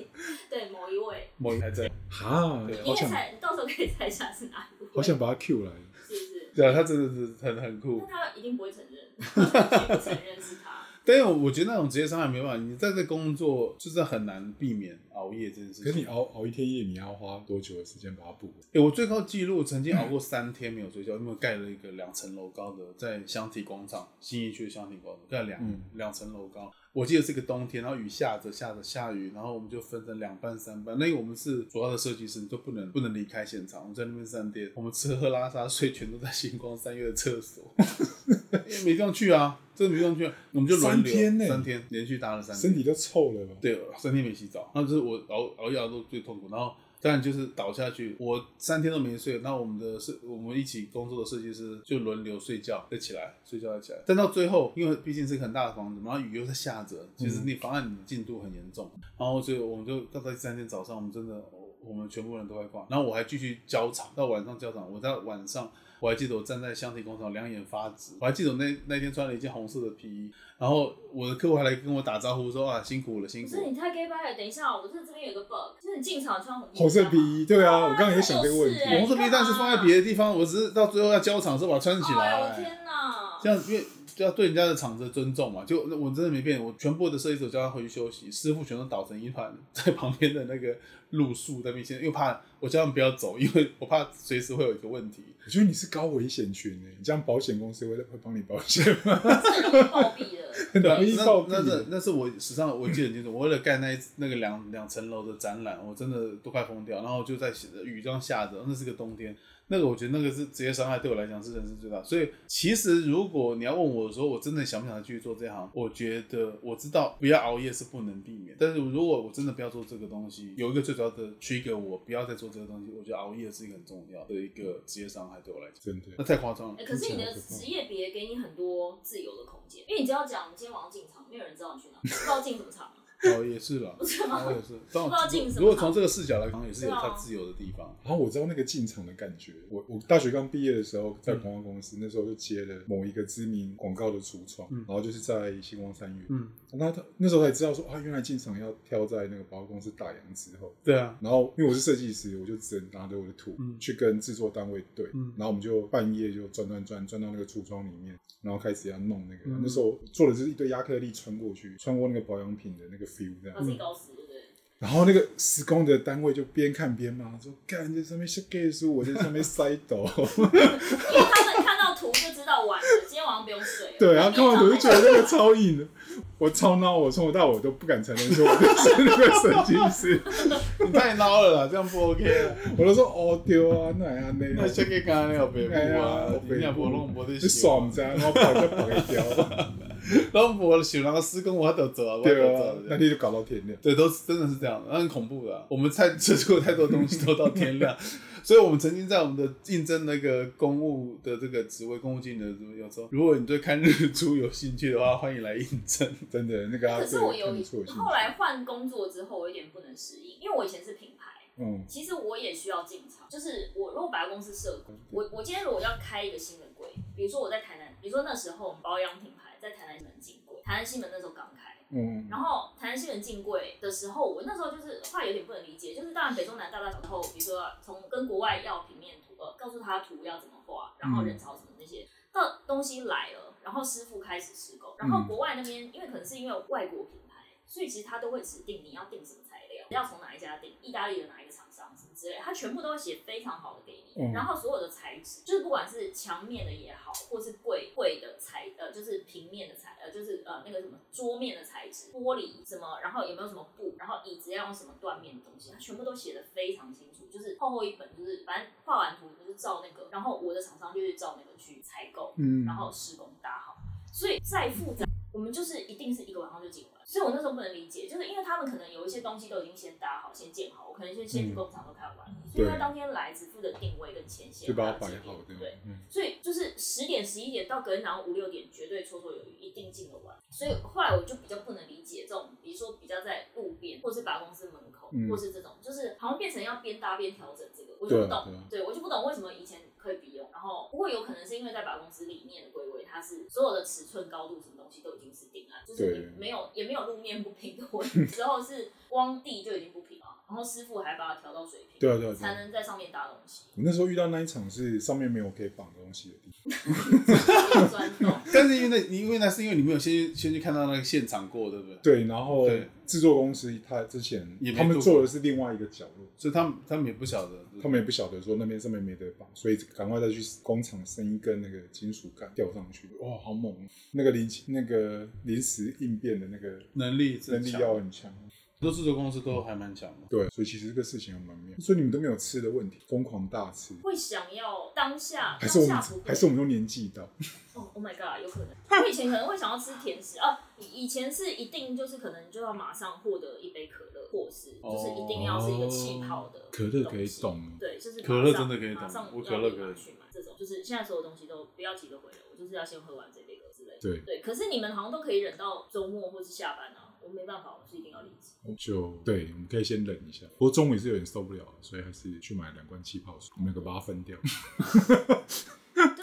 Speaker 2: 对某一位，
Speaker 3: 某一还在，
Speaker 1: 哈
Speaker 3: 对，
Speaker 2: 你
Speaker 1: 好
Speaker 2: 也
Speaker 1: 想，
Speaker 2: 猜，你到时候可以猜一下是哪一位，
Speaker 1: 好想把他 Q 来。
Speaker 2: 是不是？
Speaker 3: 对啊，他真的是很很酷
Speaker 1: 嗯
Speaker 2: 但。他一定不会承认，他不承认是他。
Speaker 3: 但是我觉得那种职业伤害没办法，你在这工作就是很难避免熬夜这件事
Speaker 1: 可是你嗯
Speaker 3: 情。
Speaker 1: 熬熬一天夜，你要花多久的时间把它补完？
Speaker 3: 诶我最高记录曾经熬过三天没有睡觉，因为我盖了一个两层楼高的，在香体广场新义区的香体广场盖了两、
Speaker 1: 嗯
Speaker 3: 两层楼高。我记得是个冬天，然后雨下着下着下雨，然后我们就分成两班三班。那因为我们是主要的设计师，你就不能不能离开现场。我们在那边三天，我们吃喝拉撒睡全都在星光三月的厕所， 因为没地方去啊，真的没地方去、啊，我们就轮流
Speaker 1: 三天呢
Speaker 3: 三天连续搭了三天，
Speaker 1: 身体都臭了吧？
Speaker 3: 对，三天没洗澡，那就是我熬熬夜熬到最痛苦，然后当然就是倒下去，我三天都没睡。那我们的设我们一起工作的设计师就轮流睡觉，再起来，睡觉再起来。但到最后，因为毕竟是个很大的房子，然后雨又在下着，其实你妨碍你的进度很严重。然后所以我们就到第三天早上，我们真的我我们全部人都在挂，然后我还继续交场，到晚上交场，我在晚上。我还记得我站在箱体工厂，两眼发直。我还记得我那那天穿了一件红色的皮衣，然后我的客户还来跟我打招呼说啊，辛苦了，辛
Speaker 2: 不
Speaker 3: 苦
Speaker 2: 是
Speaker 3: 了。
Speaker 2: 你太 gay 掰了，等一下，我这这边有个 bug，就是你进场穿红
Speaker 1: 红色皮衣，对啊，我刚刚也想这个问题
Speaker 2: 哦就是。欸
Speaker 3: 红色皮衣但是放在别的地方，我只是到最后要交场的时候把它穿
Speaker 2: 衣
Speaker 3: 起
Speaker 2: 哎呦我
Speaker 3: 来。
Speaker 2: 天哪！
Speaker 3: 这样，因为就要对人家的厂子尊重嘛。就我真的没骗你，我全部的设计组叫他回去休息，师傅全都倒成一团，在旁边的那个路树在面前，又怕我叫他们不要走，因为我怕随时会有一个问题。
Speaker 1: 我觉得你是高危险群诶，你这样保险公司会会帮你保险吗？
Speaker 2: 这容易暴毙的。
Speaker 1: 很
Speaker 3: 对啊
Speaker 1: 容易暴
Speaker 3: 那那是
Speaker 1: 毙。
Speaker 3: 那是我史上我记得很清楚，我为了盖那一那个两两层楼的展览，我真的都快疯掉。然后我就在雨这样下着，那是个冬天，那个我觉得那个是职业伤害，对我来讲是人生最大。所以其实如果你要问我说我真的想不想继续做这行，我觉得我知道不要熬夜是不能避免，但是如果我真的不要做这个东西，有一个最主要的 trigger 我不要再做这个东西，我觉得熬夜是一个很重要的一个职业伤害，对我来讲，
Speaker 1: 真的，
Speaker 3: 那太夸张了
Speaker 2: 哎、。可是你的职业别给你很多自由的空间，因为你只要讲你今天晚上进场，没有人知道你去哪， 不知道进什么场，啊
Speaker 1: 嗯
Speaker 3: 哦，也是了，
Speaker 2: 不 是吗
Speaker 3: 哦也是。但我
Speaker 2: 不知道进什么
Speaker 3: 如果从这个视角来看，也是有
Speaker 2: 对啊
Speaker 3: 它自由的地方。
Speaker 1: 然后我知道那个进场的感觉。我我大学刚毕业的时候，在广告公司，那时候就接了某一个知名广告的橱窗，
Speaker 3: 嗯
Speaker 1: 然后就是在星光三月。
Speaker 3: 嗯，
Speaker 1: 那他那时候才知道说啊，原来进场要挑在那个广告公司打烊之后。
Speaker 3: 对啊，
Speaker 1: 然后因为我是设计师，我就只能拿着我的图、
Speaker 3: 嗯
Speaker 1: 去跟制作单位对，
Speaker 3: 嗯
Speaker 1: 然后我们就半夜就转转转转到那个橱窗里面，然后开始要弄那个。
Speaker 3: 嗯
Speaker 1: 那时候做的就是一堆亚克力穿过去，穿过那个保养品的那个 feel 这样
Speaker 2: 把。自己搞死，哦对不对？
Speaker 1: 然后那个施工的单位就边看边骂，说干这上面是 gay 书，我在上面塞抖。
Speaker 2: 因为他们看到图就知道完了，今天晚上不用睡了。
Speaker 1: 对，然后看完我就觉得
Speaker 2: 得
Speaker 1: 那个超硬的，我超孬，我从头到尾都不敢承认说我是那个设计师，
Speaker 3: 你 太孬了啦，这样不 OK 了。
Speaker 1: 我都说哦丢啊，那样那
Speaker 3: 那
Speaker 1: 样。
Speaker 3: 先给刚刚那个北部
Speaker 1: 哎呀
Speaker 3: 啊，你俩不弄不得
Speaker 1: 你爽不？然后跑就跑一条，
Speaker 3: 弄不行，然后施工我都走 啊，我都
Speaker 1: 对
Speaker 3: 走
Speaker 1: 啊
Speaker 3: 啊，。这
Speaker 1: 那
Speaker 3: 样
Speaker 1: 天就搞到天亮。
Speaker 3: 对，都是真的是这样，那很恐怖的啊、我们太接触过太多东西，都到天亮。 所以，我们曾经在我们的应征那个公务的这个职位，公务经理的职位，有时候如果你对看日出有兴趣的话，欢迎来应征。
Speaker 1: 真的，那个阿
Speaker 2: 可是
Speaker 1: 对
Speaker 2: 我有
Speaker 1: 看不出我兴趣
Speaker 2: 后来换工作之后，我有点不能适应，因为我以前是品牌。
Speaker 1: 嗯，
Speaker 2: 其实我也需要进场，就是我如果百货公司设
Speaker 1: 嗯
Speaker 2: 柜，我我今天如果要开一个新的柜，比如说我在台南，比如说那时候我们保养品牌在台南西门进柜，台南西门那时候刚开，
Speaker 1: 嗯，
Speaker 2: 然后台南新闻进柜的时候，我那时候就是话有点不能理解，就是当然北中南大大小小，比如说从跟国外要平面图，呃，告诉他图要怎么画，然
Speaker 1: 嗯
Speaker 2: 后人潮什么那些，到东西来了，然后师傅开始施工，然
Speaker 1: 嗯
Speaker 2: 后国外那边因为可能是因为外国品牌，所以其实他都会指定你要订什么材料，要从哪一家订，意大利的哪一个厂商什么之类，他全部都会写非常好的给你，
Speaker 1: 嗯
Speaker 2: 然后所有的材质，就是不管是墙面的也好，或是柜柜的材，呃，就是平面的材，呃，就是呃那个什么桌面的材质，玻璃什么，然后有没有什么布，然后椅子要用什么缎面的东西，它全部都写的非常清楚，就是厚厚一本，就是反正画完图就是照那个，然后我的厂商就是照那个去采购，
Speaker 1: 嗯
Speaker 2: 然后施工搭好，所以再复杂，我们就是一定是一个晚上就进完。所以我那时候不能理解，就是因为他们可能有一些东西都已经先搭好、先建好，我可能先先去工厂都看完了，所以他当天来只负责定位跟前线，
Speaker 1: 就把它
Speaker 2: 还有
Speaker 1: 摆
Speaker 2: 几点
Speaker 1: 好，对吧
Speaker 2: 对。？
Speaker 1: 嗯
Speaker 2: 所以就是十点、十一点到隔天早上五六点，绝对绰绰有余，一定进得完。所以后来我就比较不能理解这种，比如说比较在路边，或是把公司门口，
Speaker 1: 嗯
Speaker 2: 或是这种，就是好像变成要边搭边调整这个，我就不
Speaker 1: 对啊
Speaker 2: 懂。对我就不懂为什么以前可以不用，然后不过有可能是因为在百货公司里面的规规，它是所有的尺寸、高度什么东西都已经是定案，就是
Speaker 1: 对
Speaker 2: 你没有也没有路面不平的问题，之后是光地就已经不平了，然后师傅还把它调到水平，
Speaker 1: 对啊对啊对啊
Speaker 2: 才能在上面搭东 西，
Speaker 1: 我那时候遇到那一场是上面没有可以绑的东西的地方，
Speaker 2: 钻洞。
Speaker 3: 但是因为那，因为那是因为你没有先去先去看到那个现场过，对不对？
Speaker 1: 对，然后
Speaker 3: 对
Speaker 1: 制作公司他之前
Speaker 3: 也没
Speaker 1: 他们
Speaker 3: 做过
Speaker 1: 做的是另外一个角落，
Speaker 3: 所以他们他们也不晓得，
Speaker 1: 他们也不晓得说那边上面没得绑，所以赶快再去工厂生一根那个金属杆吊上去，哇，好猛哦！那个临那个临时应变的那个
Speaker 3: 能力是
Speaker 1: 能力
Speaker 3: 强
Speaker 1: 要很强，哦
Speaker 3: 很多制作公司都还蛮强的。
Speaker 1: 对，所以其实这个事情还蛮妙。所以你们都没有吃的问题，疯狂大吃，
Speaker 2: 会想要当下
Speaker 1: 还是我们
Speaker 2: 当下不会
Speaker 1: 还是我们都年纪到，
Speaker 2: 哦、oh my god，有可能。我以前可能会想要吃甜食啊，以前是一定就是可能就要马上获得一杯可乐，或是
Speaker 3: 哦
Speaker 2: 就是一定要是一个气泡的、
Speaker 1: 可乐可以懂哦
Speaker 2: 对，就是马上
Speaker 3: 可乐真的可以懂
Speaker 2: 马上
Speaker 3: 我可乐
Speaker 2: 要立马
Speaker 3: 可以
Speaker 2: 去买这种，就是现在所有东西都不要急着回来，我就是要先喝完这杯可乐之类的。
Speaker 1: 对，
Speaker 2: 对，可是你们好像都可以忍到周末或是下班啊，我没办法，我是一定要离 职。
Speaker 1: 就对，我们可以先忍一下。不过中午也是有点受不了，所以还是去买两罐气泡水，我们有个把它分掉。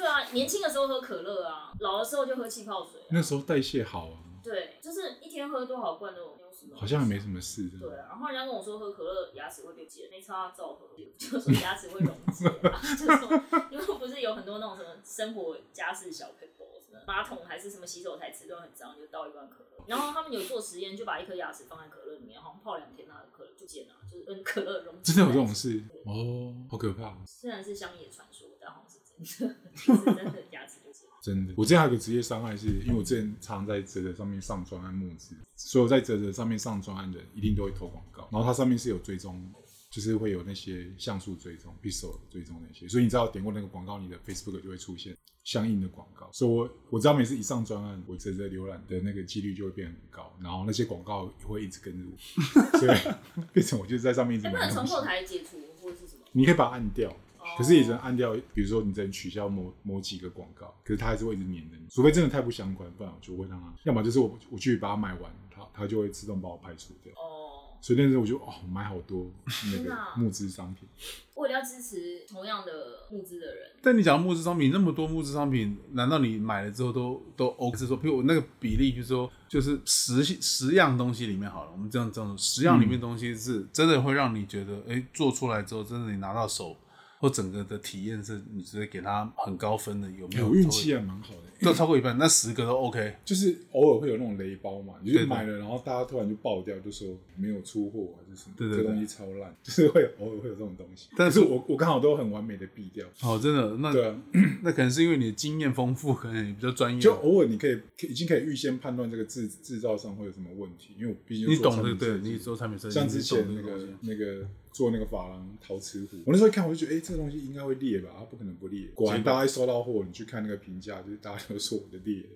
Speaker 2: 啊年轻的时候喝可乐啊，老的时候就喝气泡水啊、
Speaker 1: 那时候代谢好啊，
Speaker 2: 对，就是一天喝多少罐都没有什么，
Speaker 1: 好像也没什么事。
Speaker 2: 对啊，然后人家跟我说喝可乐牙齿会变尖，没差啊照喝， 就说牙齿会溶解啊，就说因为不是有很多那种什么生活家事小 p a p e 什么马桶还是什么洗手台瓷砖很脏，你就倒一罐可乐。然后他们有做实验，就把一颗牙齿放在可乐里面，好像泡两天，那个可乐就尖了，就是嗯可乐溶解。
Speaker 1: 真的有这种事
Speaker 2: 对
Speaker 1: 哦，好可怕，
Speaker 2: 虽然是乡野传说，但好像是真的， 其实真的牙齿就尖。
Speaker 1: 真的。我之前还有个职业伤害是，因为我之前常在泽泽上面上专案募资，所有在泽泽上面上专案的人一定都会投广告，然后它上面是有追踪，就是会有那些像素追踪、pixel 追踪那些，所以你只要点过那个广告，你的 Facebook 就会出现相应的广告。所以我我知道每次一上专案，我泽泽浏览的那个几率就会变很高，然后那些广告也会一直跟着我，所以 变成我就是在上面一直
Speaker 2: 哎，
Speaker 1: 买
Speaker 2: 不能
Speaker 1: 东
Speaker 2: 从
Speaker 1: 西
Speaker 2: 后。台解除或者是什么？
Speaker 1: 你可以把它按掉，
Speaker 2: 哦
Speaker 1: 可是也只能按掉，比如说你只能取消某某几个广告，可是它还是会一直黏着你，除非真的太不相关，不然我就会让它，要么就是我我去把它买完，它它就会自动把我排除掉。
Speaker 2: 哦，
Speaker 1: 所以那时候我就哦买好多那
Speaker 2: 真的
Speaker 1: 个
Speaker 2: 啊
Speaker 1: 募资商品，
Speaker 2: 为了要支持同样的募资的 人，
Speaker 3: 但你讲木质商品那么多木质商品，难道你买了之后都都 OK？是说，譬如我那个比例，就是说，就是十十样东西里面好了，我们这样这样说，十样里面东西是真的会让你觉得，哎、做出来之后，真的你拿到手或整个的体验是，你直接给它很高分的，有没
Speaker 1: 哎、
Speaker 3: 有
Speaker 1: 我运气？还蛮好的、
Speaker 3: 都超过一半，那十个都 OK。
Speaker 1: 就是偶尔会有那种雷包嘛，你就
Speaker 3: 对
Speaker 1: 是
Speaker 3: 对
Speaker 1: 买了，然后大家突然就爆掉，就说没有出货还是什么，
Speaker 3: 对对
Speaker 1: 这
Speaker 3: 对
Speaker 1: 东西超烂，就是会有偶尔会有这种东西。但
Speaker 3: 但是
Speaker 1: 是我我刚好都很完美的避掉，
Speaker 3: 哦，真的，那
Speaker 1: 对啊，
Speaker 3: 那可能是因为你的经验丰富，可能也比较专业，
Speaker 1: 就偶尔你可以可以已经可以预先判断这个制制造商会有什么问题，因为我毕竟
Speaker 3: 你
Speaker 1: 是做
Speaker 3: 懂的，
Speaker 1: 产品
Speaker 3: 对，
Speaker 1: 设计
Speaker 3: 你做产品设计，
Speaker 1: 像之前
Speaker 3: 你
Speaker 1: 那
Speaker 3: 懂这
Speaker 1: 个
Speaker 3: 东西
Speaker 1: 那个做那个珐琅陶瓷壶，我那时候一看我就觉得，哎、这个东西应该会裂吧，它不可能不裂。果然
Speaker 3: 结果
Speaker 1: 大家一收到货，你去看那个评价，就是大家都说我的裂了，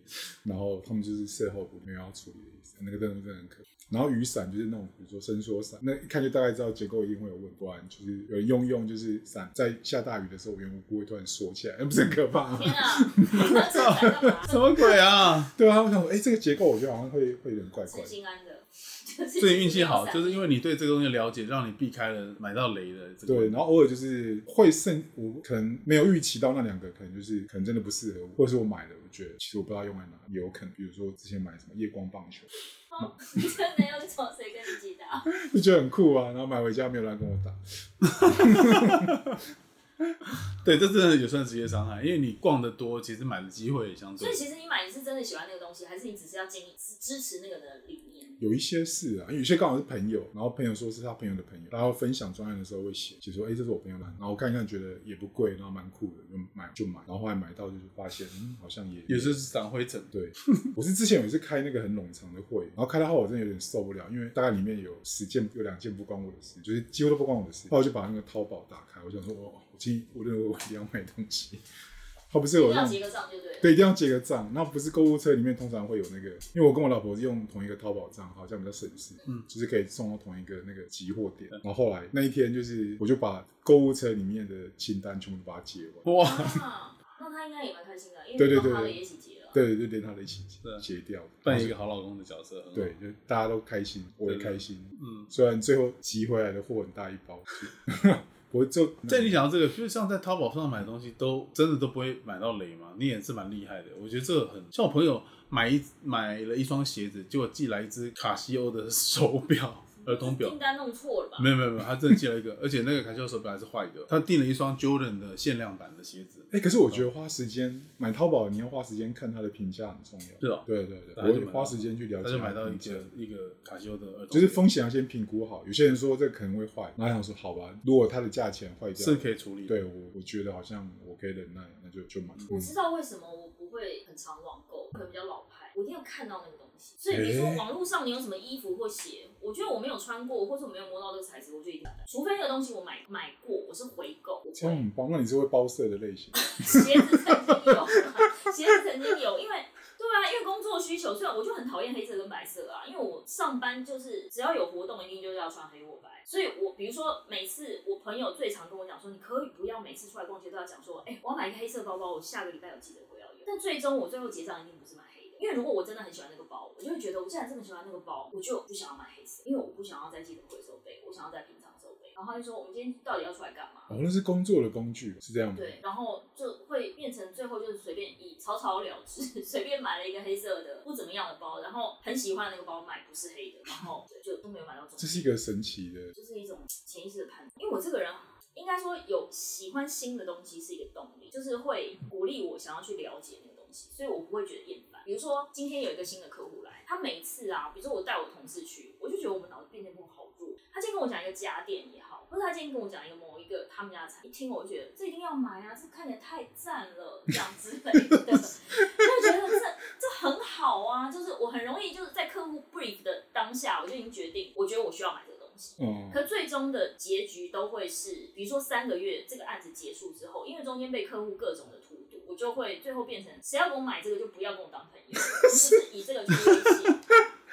Speaker 1: 然后他们就是售后没有要处理的意思，那个东西真的很可怕。然后雨伞就是那种，比如说伸缩伞，那一看就大概知道结构一定会有问题，不然就是有人用一用就是伞在下大雨的时候，无缘无故会突然缩起来，那不是很可怕吗？
Speaker 2: 天啊，那这来 干嘛？
Speaker 3: 什么鬼啊？
Speaker 1: 对啊，我想说，哎、这个结构我觉得好像会会有点怪怪
Speaker 2: 是
Speaker 1: 的。
Speaker 2: 心安的，就是
Speaker 3: 所以运气 好，
Speaker 2: 不要闪
Speaker 3: 就是因为你对这个东西的了解，让你避开了买到雷的这个。
Speaker 1: 对，然后偶尔就是会剩，我可能没有预期到那两个，可能就是可能真的不适合我，或者是我买的，我觉得其实我不知道用在哪，也有可能，比如说之前买什么夜光棒球，
Speaker 2: 哦 你真的要找谁跟你记得啊？
Speaker 1: 就觉得很酷啊，然后买回家没有人跟我打，
Speaker 3: 对，这真的也算职业伤害，因为你逛的多，其实买的机会也相对
Speaker 2: 所以。其实你买，你是真的喜欢那个东西，还是你只是要建议支支持那个人的理念？
Speaker 1: 有一些是啊，因为有些刚好是朋友，然后朋友说是他朋友的朋友，然后分享专案的时候会写，写说哎、这是我朋友的，然后我看一看觉得也不贵，然后蛮酷的，就买就买，然后后来买到就是发现，嗯，好像也
Speaker 3: 也是长灰尘，
Speaker 1: 对，我是之前有一次开那个很冗长的会，然后开到后我真的有点受不了，因为大概里面有十件有两件不关我的事，就是几乎都不关我的事。后来我就把那个淘宝打开，我想说，哦，我今天我认为我一定要买东西，它不是
Speaker 2: 一
Speaker 1: 有
Speaker 2: 定
Speaker 1: 那
Speaker 2: 要
Speaker 1: 种
Speaker 2: 结个账就对了。
Speaker 1: 对，一定要结个账。那不是购物车里面通常会有那个，因为我跟我老婆是用同一个淘宝账号，这样比较省事。
Speaker 3: 嗯
Speaker 1: 就是可以送到同一个那个集货点。然后后来那一天就是，我就把购物车里面的清单全部都把它结完。
Speaker 3: 哇，
Speaker 2: 啊，那他应该也蛮开心的，因为
Speaker 1: 对
Speaker 2: 你
Speaker 1: 对对
Speaker 2: 帮他的
Speaker 1: 对
Speaker 2: 也一起结了。
Speaker 1: 对，就连它的一起
Speaker 3: 对啊
Speaker 1: 结掉，
Speaker 3: 扮演一个好老公的角色，很好
Speaker 1: 对，，就大家都开心，我也
Speaker 3: 对对
Speaker 1: 开心。
Speaker 3: 嗯。
Speaker 1: 虽然最后集回来的货很大一包， 不过就
Speaker 3: 在你想到这个，就是像在淘宝上买东西，都真的都不会买到雷嘛？你也是蛮厉害的，我觉得这个很像我朋友买一买了一双鞋子，结果寄来一只卡西欧的手表，儿童表
Speaker 2: 订，单弄错了吧？
Speaker 3: 没有没有没有，他真的寄了一个，而 且那个卡西欧手表还是坏的，他订了一双 Jordan 的限量版的鞋子，
Speaker 1: 哎、可是我觉得花时间买淘宝，你要花时间看它的评价很重要。
Speaker 3: 是哦
Speaker 1: 对对对，我
Speaker 3: 那他就
Speaker 1: 会
Speaker 3: 买
Speaker 1: 花
Speaker 3: 到
Speaker 1: 时间去了
Speaker 3: 他
Speaker 1: 解
Speaker 3: 就
Speaker 1: 它的评价。
Speaker 3: 买到一个一个卡西欧的儿童，
Speaker 1: 就是风险要先评估好。有些人说这可能会坏，然后想说好吧，如果它的价钱坏掉，
Speaker 3: 是可以处理的。
Speaker 1: 对我我觉得好像我可以忍耐，那就就买。
Speaker 3: 嗯
Speaker 2: 我知道为什么我不会很常网购，可能比较老派，我一定要看到那个东西。所以比如说
Speaker 1: 诶
Speaker 2: 网络上你有什么衣服或鞋，我觉得我没有穿过，或者我没有摸到这个材质，我就一定买。除非那个东西我买买过，我是回购，我
Speaker 1: 这
Speaker 2: 会
Speaker 1: 样很棒，那你是会包色的类
Speaker 3: 嗯
Speaker 1: 型。
Speaker 2: 鞋子曾经有，鞋子曾经有，因为对啊，因为工作需求，虽然我就很讨厌黑色跟白色啊，因为我上班就是只要有活动，一定就是要穿黑或白。所以我比如说每次我朋友最常跟我讲说，你可以不要每次出来逛街都要讲说，哎、我要买一个黑色包包，我下个礼拜有记得我要用。但最终我最后结账一定不是买黑的，因为如果我真的很喜欢那个包，我就会觉得我既然这么喜欢那个包，我就不想要买黑色，因为我不想要在记得回收背，我想要在平常收背。然后他就说我们今天到底要出来干嘛？
Speaker 1: 哦，那是工作的工具，是这样吗？
Speaker 2: 对，然后就会变成最后就是随便以草草了之， 随便买了一个黑色的不怎么样的包，然后很喜欢那个包买不是黑的，然后对就都没有买到中
Speaker 1: 这
Speaker 2: 间，
Speaker 1: 是一个神奇的，
Speaker 2: 就是一种潜意识的判断。因为我这个人应该说有喜欢新的东西是一个动力，就是会鼓励我想要去了解那个东西，所以我不会觉得厌烦。比如说今天有一个新的客户来，他每次啊，比如说我带我同事去，我就觉得我们脑子变电波好弱。他今天跟我讲一个家电也好，或者他今天跟我讲一个某一个他们家的产品，一听我就觉得这一定要买啊，这看起来太赞了，这样之类的， 我就觉得这这很好啊，就是我很容易就是在客户 brief 的当下，我就已经决定，我觉得我需要买这个东西。
Speaker 1: 嗯，
Speaker 2: 可最终的结局都会是，比如说三个月这个案子结束之后，因为中间被客户各种的荼毒，我就会最后变成谁要给我买这个就不要跟我当朋 友，就是以这个去威胁。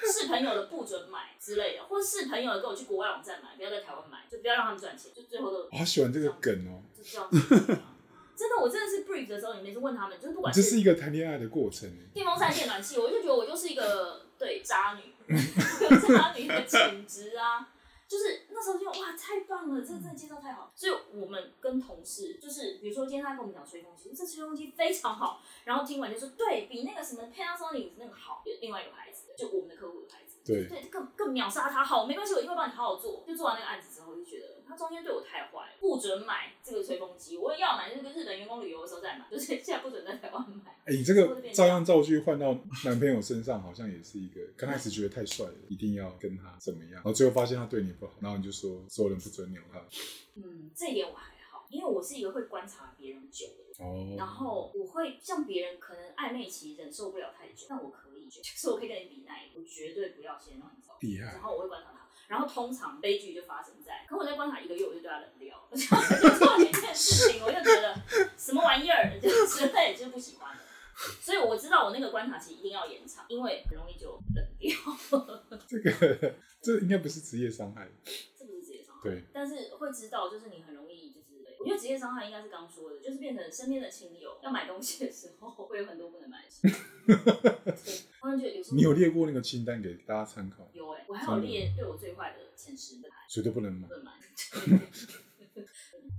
Speaker 2: 是朋友的不准买之类的，或是朋友的跟我去国外网站买，不要在台湾买，就不要让他们赚钱，就最后都
Speaker 1: 我好喜欢这个梗哦，
Speaker 2: 就这样子。真的，我真的是 brief 的时候，你每次问他们，就是不管
Speaker 1: 这是一个谈恋爱的过程耶。
Speaker 2: 电风扇、电暖气，我就觉得我就是一个对渣女，渣女的简直啊！就是那时候就哇，太棒了，这真的介绍太好。所以我们跟同事就是，比如说今天他跟我们讲吹风机，这吹风机非常好，然后听完就说对比那个什么 Panasonic 那个好，另外一个牌子的，就我们的客户的牌子。
Speaker 1: 对
Speaker 2: 对，更更秒杀他。好，没关系，我一定会帮你好好做。就做完那个案子之后，我就觉得他中间对我太坏了，不准买这个吹风机，我要买那个日本员工旅游的时候再买，就是现在不准在台湾买。
Speaker 1: 哎、你这个照
Speaker 2: 啊
Speaker 1: 样造句换到男朋友身上，好像也是一个刚开始觉得太帅了，一定要跟他怎么样，然后最后发现他对你不好，然后你就说所有人不准鸟他。
Speaker 2: 嗯，这一点我还好，因为我是一个会观察别人久的人，
Speaker 1: 哦，
Speaker 2: 然后我会像别人可能暧昧期忍受不了太久，但我可以，就是我可以跟你比耐，我绝对不要先让你走，
Speaker 1: 厉害
Speaker 2: 然后我会观察他，然后通常悲剧就发生在，可我在观察一个月，我就对他冷掉了， 就做了一件事情，我就觉得什么玩意儿， 就之类，就是不喜欢了。所以我知道我那个观察期一定要延长，因为很容易就冷掉，
Speaker 1: 这个这应该不是职业伤害，
Speaker 2: 这不是职业伤害。
Speaker 1: 对，
Speaker 2: 但是会知道，就是你很容易就是，我觉得职业伤害应该是刚说的，就是变成身边的亲友要买东西的时候，会有很多不能买 的事。对，他们就有时候
Speaker 1: 你有列过那个清单给大家参考，
Speaker 2: 有哎、我还有列对我最坏的前十名，
Speaker 1: 谁都不能买
Speaker 2: 不。能 买。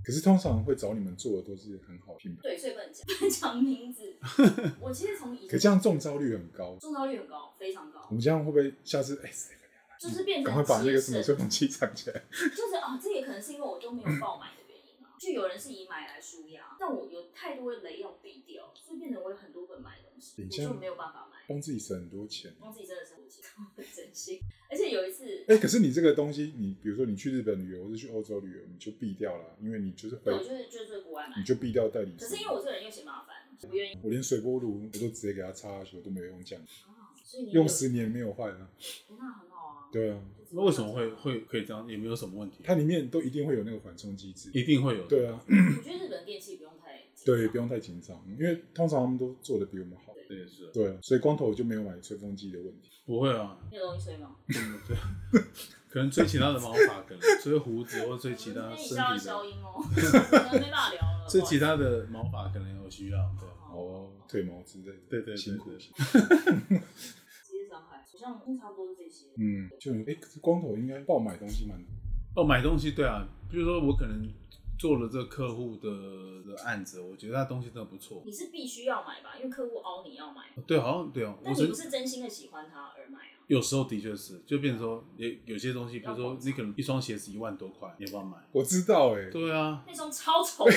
Speaker 1: 可是通常会找你们做的都是很好的品牌，
Speaker 2: 对，所以不能讲，不能讲名 字。我其实从以
Speaker 1: 可
Speaker 2: 前
Speaker 1: 这样中招率很高。
Speaker 2: 中招率很高，非常高
Speaker 1: 我，们这样会不会下次哎，谁来
Speaker 2: 哎就是变
Speaker 1: 赶
Speaker 2: 成
Speaker 1: 快把那个什
Speaker 2: 节
Speaker 1: 么
Speaker 2: 省
Speaker 1: 吹风机藏起来？
Speaker 2: 就是啊，这也可能是因为我都
Speaker 3: 嗯
Speaker 2: 没有爆买的原因啊。就有人是以买来输压，但我有太多的雷要避掉，所以变成我有很多本买的东西，
Speaker 1: 等
Speaker 2: 我
Speaker 1: 一下
Speaker 2: 就没有办法买。
Speaker 1: 帮自己省很多钱。
Speaker 2: 我自己真的是很激动，很真心。而且有一次，
Speaker 1: 哎、可是你这个东西，你比如说你去日本旅游或者去欧洲旅游，你就避掉了，啊因为你就是回
Speaker 2: 对，我，就是就是在国外买
Speaker 1: 你，就避掉代理
Speaker 2: 嗯可
Speaker 1: 商。啊
Speaker 2: 是因为我这个人又嫌麻烦，不愿意
Speaker 1: 我连水波炉我都直接给它插下去，我都没有用酱，
Speaker 2: 啊，所以你
Speaker 1: 用
Speaker 2: 有
Speaker 1: 十年没有坏啊。
Speaker 2: 哎那很好啊。
Speaker 1: 对啊，
Speaker 2: 就只是
Speaker 3: 那为什么会？会可以这样？也没有什么问题，
Speaker 1: 它里面都一定会有那个缓冲机制。
Speaker 3: 一定会有的。
Speaker 1: 对啊，
Speaker 2: 我觉得日本电器不用太紧张
Speaker 1: 对，不用太紧张，因为通常他们都做的比我们好。
Speaker 3: 这也是
Speaker 1: 对啊，所以光头就没有买吹风机的问题。
Speaker 3: 不会啊，
Speaker 2: 那个东西吹吗？
Speaker 3: 嗯对， 可能追其他的毛发，可能追胡子或追其
Speaker 2: 我
Speaker 3: 他
Speaker 2: 们今天
Speaker 3: 身
Speaker 2: 一下
Speaker 3: 体
Speaker 2: 要嗯消
Speaker 3: 的，
Speaker 2: 音 哦，可能没办法聊了。
Speaker 3: 追其他的毛发可能有需要。对，
Speaker 1: 哦，腿毛之类的，
Speaker 3: 对对对
Speaker 1: 辛苦
Speaker 3: 对。
Speaker 2: 职业伤害，好像差不多是这些。
Speaker 1: 嗯，就哎、可是光头应该爆买东西蛮多，
Speaker 3: 哦，买东西对啊，比如说我可能做了这个客户的的案子，我觉得他东西真的不错。
Speaker 2: 你是必须要买吧，因为客户凹你要买，
Speaker 3: 哦对，好像对哦，
Speaker 2: 但
Speaker 3: 我
Speaker 2: 你
Speaker 3: 曾
Speaker 2: 不是真心的喜欢他而买啊。
Speaker 3: 有时候的确是，就变成说也有些东西，比如说你可能一双鞋子一万多块，你要不要买？
Speaker 1: 我知道哎、
Speaker 3: 对啊，
Speaker 2: 那双 超丑的，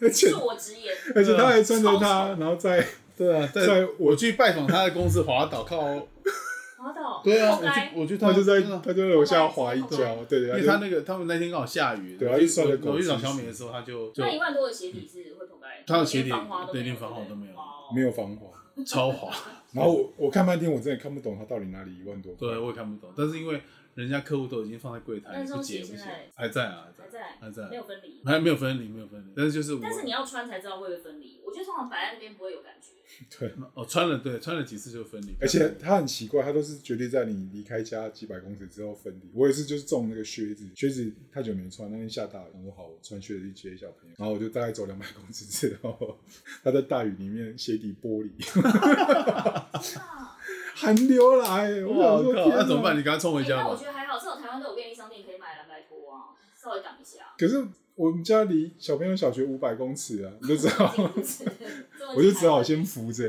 Speaker 1: 而且
Speaker 2: 恕我直言，
Speaker 1: 而且他还穿着
Speaker 2: 超
Speaker 1: 它，然后再
Speaker 3: 对啊，在
Speaker 1: 在
Speaker 3: 我去拜访他的公司滑倒，靠，
Speaker 2: 滑倒，
Speaker 3: 对啊，
Speaker 2: 活
Speaker 3: 我
Speaker 2: 该
Speaker 3: 去。我去他
Speaker 1: 他就在
Speaker 3: 对啊
Speaker 1: 他就在楼下滑一跤，对
Speaker 3: 因
Speaker 1: 对，
Speaker 3: 为
Speaker 1: 就
Speaker 3: 他那个他们那天刚好下雨，
Speaker 1: 对啊
Speaker 3: 我
Speaker 1: 他就算了狗
Speaker 3: 我去找
Speaker 1: 吃屎
Speaker 3: 小美的时候，他就就嗯
Speaker 2: 那一万多的鞋底是会破盖，
Speaker 3: 它的鞋底
Speaker 2: 连防滑都
Speaker 3: 对
Speaker 2: 没有
Speaker 3: 连防滑都没有
Speaker 2: 哦
Speaker 1: 没有防滑。
Speaker 3: 超滑，
Speaker 1: 然后我我看半天，我真的看不懂他到底哪里一万多块。
Speaker 3: 对我也看不懂，但是因为人家客户都已经放在柜台，
Speaker 2: 但是
Speaker 3: 不
Speaker 2: 东
Speaker 3: 解
Speaker 2: 西
Speaker 3: 不
Speaker 2: 现
Speaker 3: 解
Speaker 2: 在，
Speaker 3: 还在啊，
Speaker 2: 还
Speaker 3: 还
Speaker 2: 在
Speaker 3: 还在，
Speaker 2: 没有分离。
Speaker 3: 还没有分离，没有分离，但是就是我，
Speaker 2: 但是你要穿才知道会不会分离。我觉得通常摆在那边不会有感 觉，
Speaker 1: 对，
Speaker 3: 哦穿了对穿了几次就分离，
Speaker 1: 而且他很奇怪，他都是决定在你离开家几百公尺之后分离。我也是，就是中那个靴子，靴子太久没穿，那天下大雨，我说好，我穿靴子去接小朋友，然后我就大概走两百公尺之后，他在大雨里面鞋底剥离，
Speaker 2: 啊
Speaker 1: 寒流来，我
Speaker 3: 哇
Speaker 1: 想
Speaker 3: 我
Speaker 1: 说
Speaker 3: 靠，
Speaker 1: 天
Speaker 3: 那怎么办？
Speaker 1: 哪
Speaker 3: 你赶快冲回
Speaker 2: 哎
Speaker 3: 家
Speaker 2: 那我
Speaker 3: 吧
Speaker 2: 觉。得还好，这种台湾都有便利商店可以买了，拜托啊，稍微挡一下。
Speaker 1: 可是我们家离小朋友小学五百公尺啊，你就知道， 我
Speaker 2: 我
Speaker 1: 就只好，先扶着，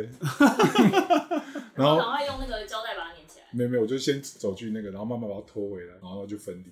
Speaker 1: 然
Speaker 2: 然后
Speaker 1: 后
Speaker 2: 赶快用那个胶带把它粘起来。
Speaker 1: 没有没有，我就先走去那个，然后慢慢把它拖回来，然后就 分离，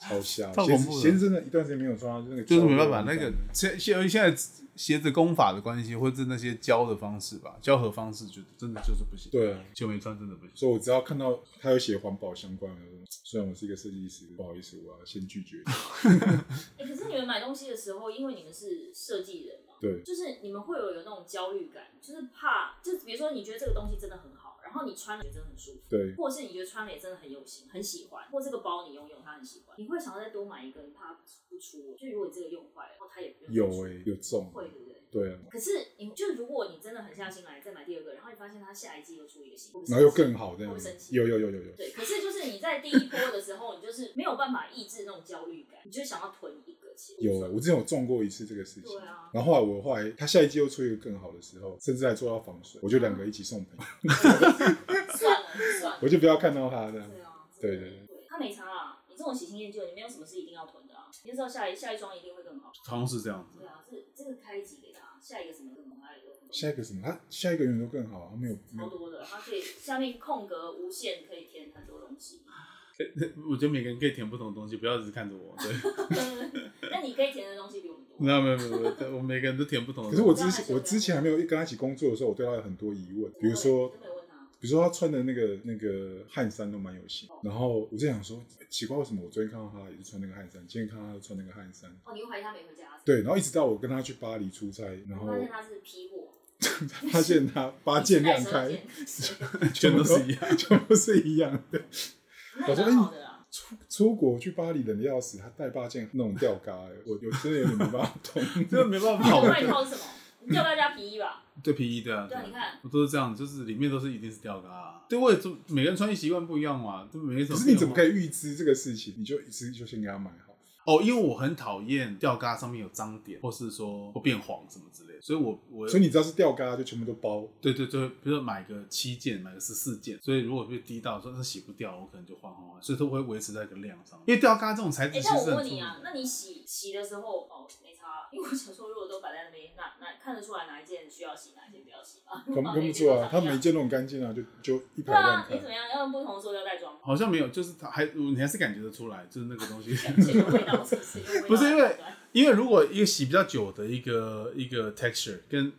Speaker 1: 超瞎。
Speaker 3: 超
Speaker 1: 鞋
Speaker 3: 恐
Speaker 1: 子
Speaker 3: 怖的
Speaker 1: 鞋子真的一段时间没有穿，那个
Speaker 3: 就是
Speaker 1: 胶
Speaker 3: 没办
Speaker 1: 都
Speaker 3: 法，那
Speaker 1: 烂
Speaker 3: 个
Speaker 1: 了
Speaker 3: 现现现在鞋子工法的关系，或者是那些教的方式吧，教和方式就真的就是不行。
Speaker 1: 对啊
Speaker 3: 就没穿真的不行。
Speaker 1: 所以我只要看到他有写环保相关的，虽然我是一个设计师，不好意思，我要先拒 绝。
Speaker 2: 哎、可是你们买东西的时候，因为你们是设计人嘛，
Speaker 1: 对，
Speaker 2: 就是你们会有有那种焦虑感，就是怕，就是比如说你觉得这个东西真的很好，然后你穿了觉得真的很舒服，
Speaker 1: 对
Speaker 2: 或者是你觉得穿了也真的很有型，很喜欢，或这个包你拥有它很喜欢，你会想要再多买一个，你怕它不出，就如果你这个用坏了，然后它也不用
Speaker 1: 有
Speaker 2: 出
Speaker 1: 哎、有中，
Speaker 2: 会对不对？
Speaker 1: 对啊，
Speaker 2: 可是你就如果你真的狠下心来再买第二个，然后你发现它下一季又出一个新，会不会
Speaker 1: 然后又
Speaker 2: 生气
Speaker 1: 更好这
Speaker 2: 会
Speaker 1: 样
Speaker 2: 不会
Speaker 1: 子
Speaker 2: 生，气？
Speaker 1: 有有有有有，
Speaker 2: 对，可是就是你在第一波的时候，你就是没有办法抑制那种焦虑感，你就想要囤一个钱。
Speaker 1: 有、欸，我之前有中过一次这个事情。
Speaker 2: 对 啊
Speaker 1: 然后后来我后来他下一季又出一个更好的时候，甚至还做到防水，我就两个一起送朋友，
Speaker 2: 啊算了算了，
Speaker 1: 我就不要看到他这样。
Speaker 2: 对啊，
Speaker 1: 对
Speaker 2: 真的
Speaker 1: 对
Speaker 2: 对，他没差啊。你这种喜新厌旧，你没有什么是一定要囤的啊。你就知道下一下一双一定会更好。
Speaker 3: 好像是这样子
Speaker 2: 对，啊，这这个开一集给他，下一个什么更好，下一个更好
Speaker 1: 下一个什么？他下一个永远都更好，他啊没有没
Speaker 2: 超
Speaker 1: 有。
Speaker 2: 多的，它可以下面空格无限可以填很多东 西。
Speaker 3: 我觉得每个人可以填不同的东西，不要只是看着我。对，
Speaker 2: 那你可以填的东西比我们多。
Speaker 3: 没有没有没有没有，对我每个人都填不同的
Speaker 1: 可
Speaker 3: 东
Speaker 1: 是我
Speaker 3: 西。
Speaker 1: 之前我之前还没有跟他一起工作的时候，我对他有很多疑问，比如说
Speaker 2: 真的有问他，
Speaker 1: 比如说他穿的那个那个汗衫都蛮有型，然后我就想说奇怪，为什么我昨天看到他也是穿那个汗衫，今天看到他穿那个汗衫？
Speaker 2: 哦，你又怀疑他没回家？，
Speaker 1: 对，然后一直到我跟他去巴黎出差，然后
Speaker 2: 发现他是批货，
Speaker 1: 发现他八件
Speaker 2: 带
Speaker 1: 亮
Speaker 2: 蛇
Speaker 1: 开，
Speaker 2: 见，
Speaker 3: 全都是一样，
Speaker 1: 全部是一样的。
Speaker 2: 那蛮
Speaker 1: 哎
Speaker 2: 好的啦。
Speaker 1: 出出国去巴黎冷的要死，他带八件那种吊嘎、欸，我我真的有点没办法 懂。
Speaker 3: 这没办
Speaker 2: 你的
Speaker 3: 法。
Speaker 2: 外套是什么？你叫大家皮衣吧。
Speaker 3: 对皮衣，对啊，
Speaker 2: 对啊，你看，
Speaker 3: 我都是这样，就是里面都是一定是吊嘎、啊对，我也做，每个人穿衣习惯不一样嘛，就每个人
Speaker 1: 可是你怎么可
Speaker 3: 以？
Speaker 1: 以预知这个事情？你就一次就先给他买好。
Speaker 3: 哦，因为我很讨厌吊嘎上面有脏点，或是说会变黄什么之类的，所以我我
Speaker 1: 所以你知道是吊嘎，就全部都包。
Speaker 3: 对对对，比如说买个七件，买个十四件，所以如果被滴到说它洗不掉，我可能就换换换，所以都会维持在一个量上。因为吊嘎这种材质
Speaker 2: 哎，
Speaker 3: 其实
Speaker 2: 但我
Speaker 3: 很
Speaker 2: 问
Speaker 3: 粗
Speaker 2: 你啊
Speaker 3: 鲁，
Speaker 2: 那你洗洗的时候哦，没差，因为我想说，如果都摆在那边，那那看得出来哪一件需要洗，哪一件不要洗啊嘛。
Speaker 1: 看看不 出来，他每一件都很干净啊，就就一排
Speaker 2: 对啊
Speaker 1: 乱，
Speaker 2: 你怎
Speaker 1: 开。
Speaker 2: 么样？要用不同的塑料袋 装，
Speaker 3: 好像没有，就是它还你还是感觉得出来，就是那个东西。
Speaker 2: 这个味道是不是？有味道
Speaker 3: 不是因为因为如果一个洗比较久的一个一个 texture 跟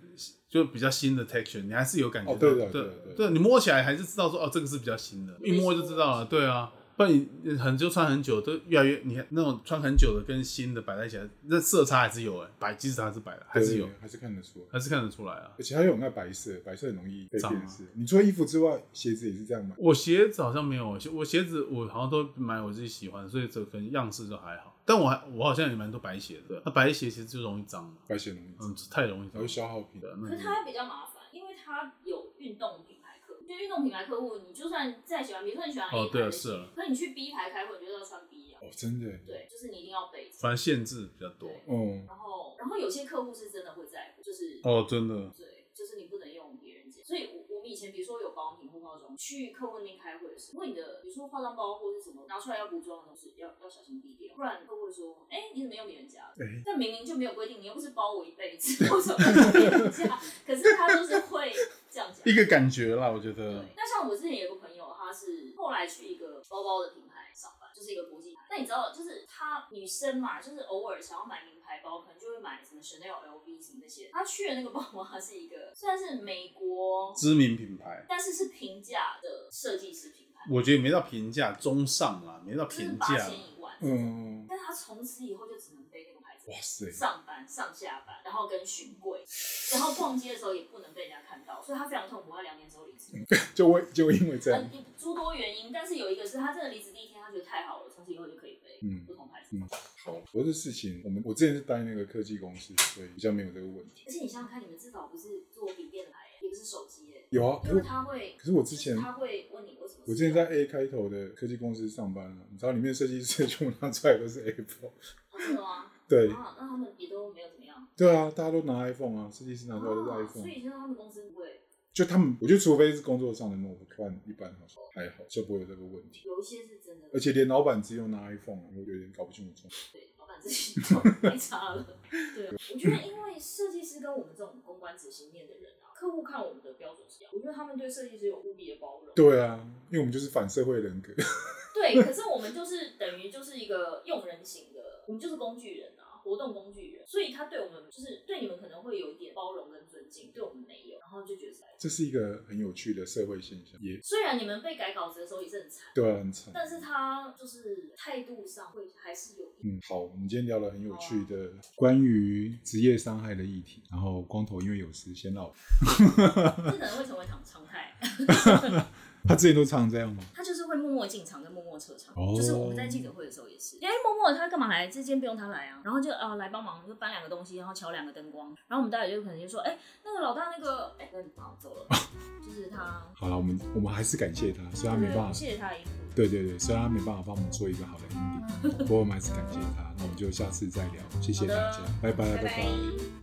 Speaker 3: 就比较新的 texture，你还是有感觉到，
Speaker 1: 哦对的
Speaker 3: 对
Speaker 1: 对的
Speaker 3: 你摸起来还是知道说哦，这个是比较新的，一摸就知道了，对啊。不然你很就穿很久，都越来越，你看那种穿很久的跟新的摆在一起来，那色差还是有哎、摆即使它是摆的，还是有
Speaker 1: 对，，还是看得出来。
Speaker 3: 还是看得出来啊。
Speaker 1: 而且他又很爱白色，白色很容易被
Speaker 3: 脏啊
Speaker 1: 辨识。你除了衣服之外，鞋子也是这样买。
Speaker 3: 我鞋子好像没有，我鞋子我好像都买我自己喜欢的，所以这可能样式就还好。但我还我好像也蛮多白鞋的，那白鞋其实就容易脏嘛，
Speaker 1: 白鞋容易脏，
Speaker 3: 嗯，太容易
Speaker 1: 然
Speaker 3: 脏
Speaker 1: 后
Speaker 3: 了。
Speaker 1: 消耗品
Speaker 3: 对。啊，
Speaker 2: 可
Speaker 3: 那就
Speaker 2: 是它比较麻烦，因为它有运动品牌客户，就运动品牌客户，你就算再喜欢，比如说你喜欢 A
Speaker 3: 哦，
Speaker 2: 牌
Speaker 3: 对啊，
Speaker 2: 的鞋，
Speaker 3: 是啊，
Speaker 2: 可你去 B 牌开会，你就是要穿 B 啊。
Speaker 1: 哦，真的耶。
Speaker 2: 对，就是你一定要背着。
Speaker 3: 反正限制比较多。
Speaker 2: 对
Speaker 1: 嗯，
Speaker 2: 然后，然后有些客户是真的会在乎，就是
Speaker 3: 哦，真的，
Speaker 2: 对，就是你不能用别人剪。所以我我们以前比如说有保养品或化妆，去客户那边开会的时候，如果你的比如说化妆包或是什么拿出来要补妆的东西，要要小心低调，不然客户会说，哎、你怎么用别人家的？
Speaker 1: 哎，
Speaker 2: 但明明就没有规定，你又不是包我一辈子，为什么要用别人家？ 可是他就是会这样讲。
Speaker 3: 一个感觉啦，我觉得
Speaker 2: 对，那像我之前有个朋友，他是后来去一个包包的品牌上班，就是一个国际牌。那你知道，就是她女生嘛，就是偶尔想要买名牌包，可能就会买什么 Chanel、LV 什么那些。她去的那个包包，它是一个虽然是美国，
Speaker 3: 知名品牌，
Speaker 2: 但是是平价的设计师品牌，
Speaker 3: 我觉得没到平价，中上啦，没到
Speaker 2: 就是
Speaker 3: 平
Speaker 2: 八
Speaker 3: 价
Speaker 2: 千。一万。
Speaker 1: 嗯，
Speaker 2: 但是她从此以后就只能背那个牌子
Speaker 1: 哇塞，
Speaker 2: 上班、上下班，然后跟巡柜，然后逛街的时候也不能被人家看到，所以她非常痛苦。她两年之后离职。
Speaker 1: 就为就因为这样
Speaker 2: 嗯，，诸多原因，但是有一个是他真的离职第一天，他觉得太好了，从此以后就可以背
Speaker 1: 嗯
Speaker 2: 不同牌子。
Speaker 1: 嗯好多的事情，我们我之前是待那个科技公司，所以比较没有这个问题。
Speaker 2: 而且你想想看，你们至少不是做笔电的牌，也不是手机耶，
Speaker 1: 有啊，可
Speaker 2: 因
Speaker 1: 是
Speaker 2: 为
Speaker 1: 我
Speaker 2: 他会，
Speaker 1: 可是我之前
Speaker 2: 就是他会问你为什么是用。
Speaker 1: 我之前在 A 开头的科技公司上班啊了，你知道里面设计师 全部拿出来都是 Apple，
Speaker 2: 哦真的吗？
Speaker 1: 对
Speaker 2: 啊，那他们也都没有怎么样。
Speaker 1: 对啊，大家都拿 iPhone 啊，设计师拿出来都是
Speaker 2: 啊，所
Speaker 1: iPhone，、
Speaker 2: 以现在他们公司不会
Speaker 1: 就他们，我觉得除非是工作上的磨合，不然一般好像还好，就不会有这个问题。
Speaker 2: 有一些是真的，
Speaker 1: 而且连老板只有拿 iPhone，啊我有点搞不清楚状况。
Speaker 2: 对，老自己 做，没差了。对，我觉得因为设计师跟我们这种公关执行面的人啊，客户看我们的标准是一样，我觉得他们对设计师有无比的包容。
Speaker 1: 对啊，因为我们就是反社会人格，
Speaker 2: 对，可是我们就是等于就是一个用人型的，我们就是工具人啊，活动工具人，所以他对我们就是对你们可能会有一点包容跟尊敬，对我们没有，然后就觉得是来
Speaker 1: 这是一个很有趣的社会现象，也
Speaker 2: 虽然你们被改稿子的时候也是很惨，
Speaker 1: 对啊，很惨。
Speaker 2: 但是他就是态度上会还是有一
Speaker 1: 嗯，好，我们今天聊了很有趣的关于职业伤害的议题，然后光头因为有时先老，
Speaker 2: 这可能会成为常常态。
Speaker 1: 他之前都常这样吗？
Speaker 2: 他就是会默默进场跟默默撤场，
Speaker 1: 哦
Speaker 2: 就是我们在记者会的时候也是，哎、默默他干嘛来？这间不用他来啊，然后就啊、呃来帮忙，就搬两个东西，然后调两个灯光，然后我们大家就可能就说，哎、那个老大那个，哎、那好走了， 就是他，
Speaker 1: 好了，我们我们还是感谢他，虽然他没
Speaker 2: 对，
Speaker 1: 办法，
Speaker 2: 我嗯谢谢他的衣服。
Speaker 1: 对对对，虽然他没办法帮我们做一个好的 ending，不过我们还是感谢他。那我们就下次再聊，谢谢大家，拜拜拜
Speaker 2: 拜拜
Speaker 1: 拜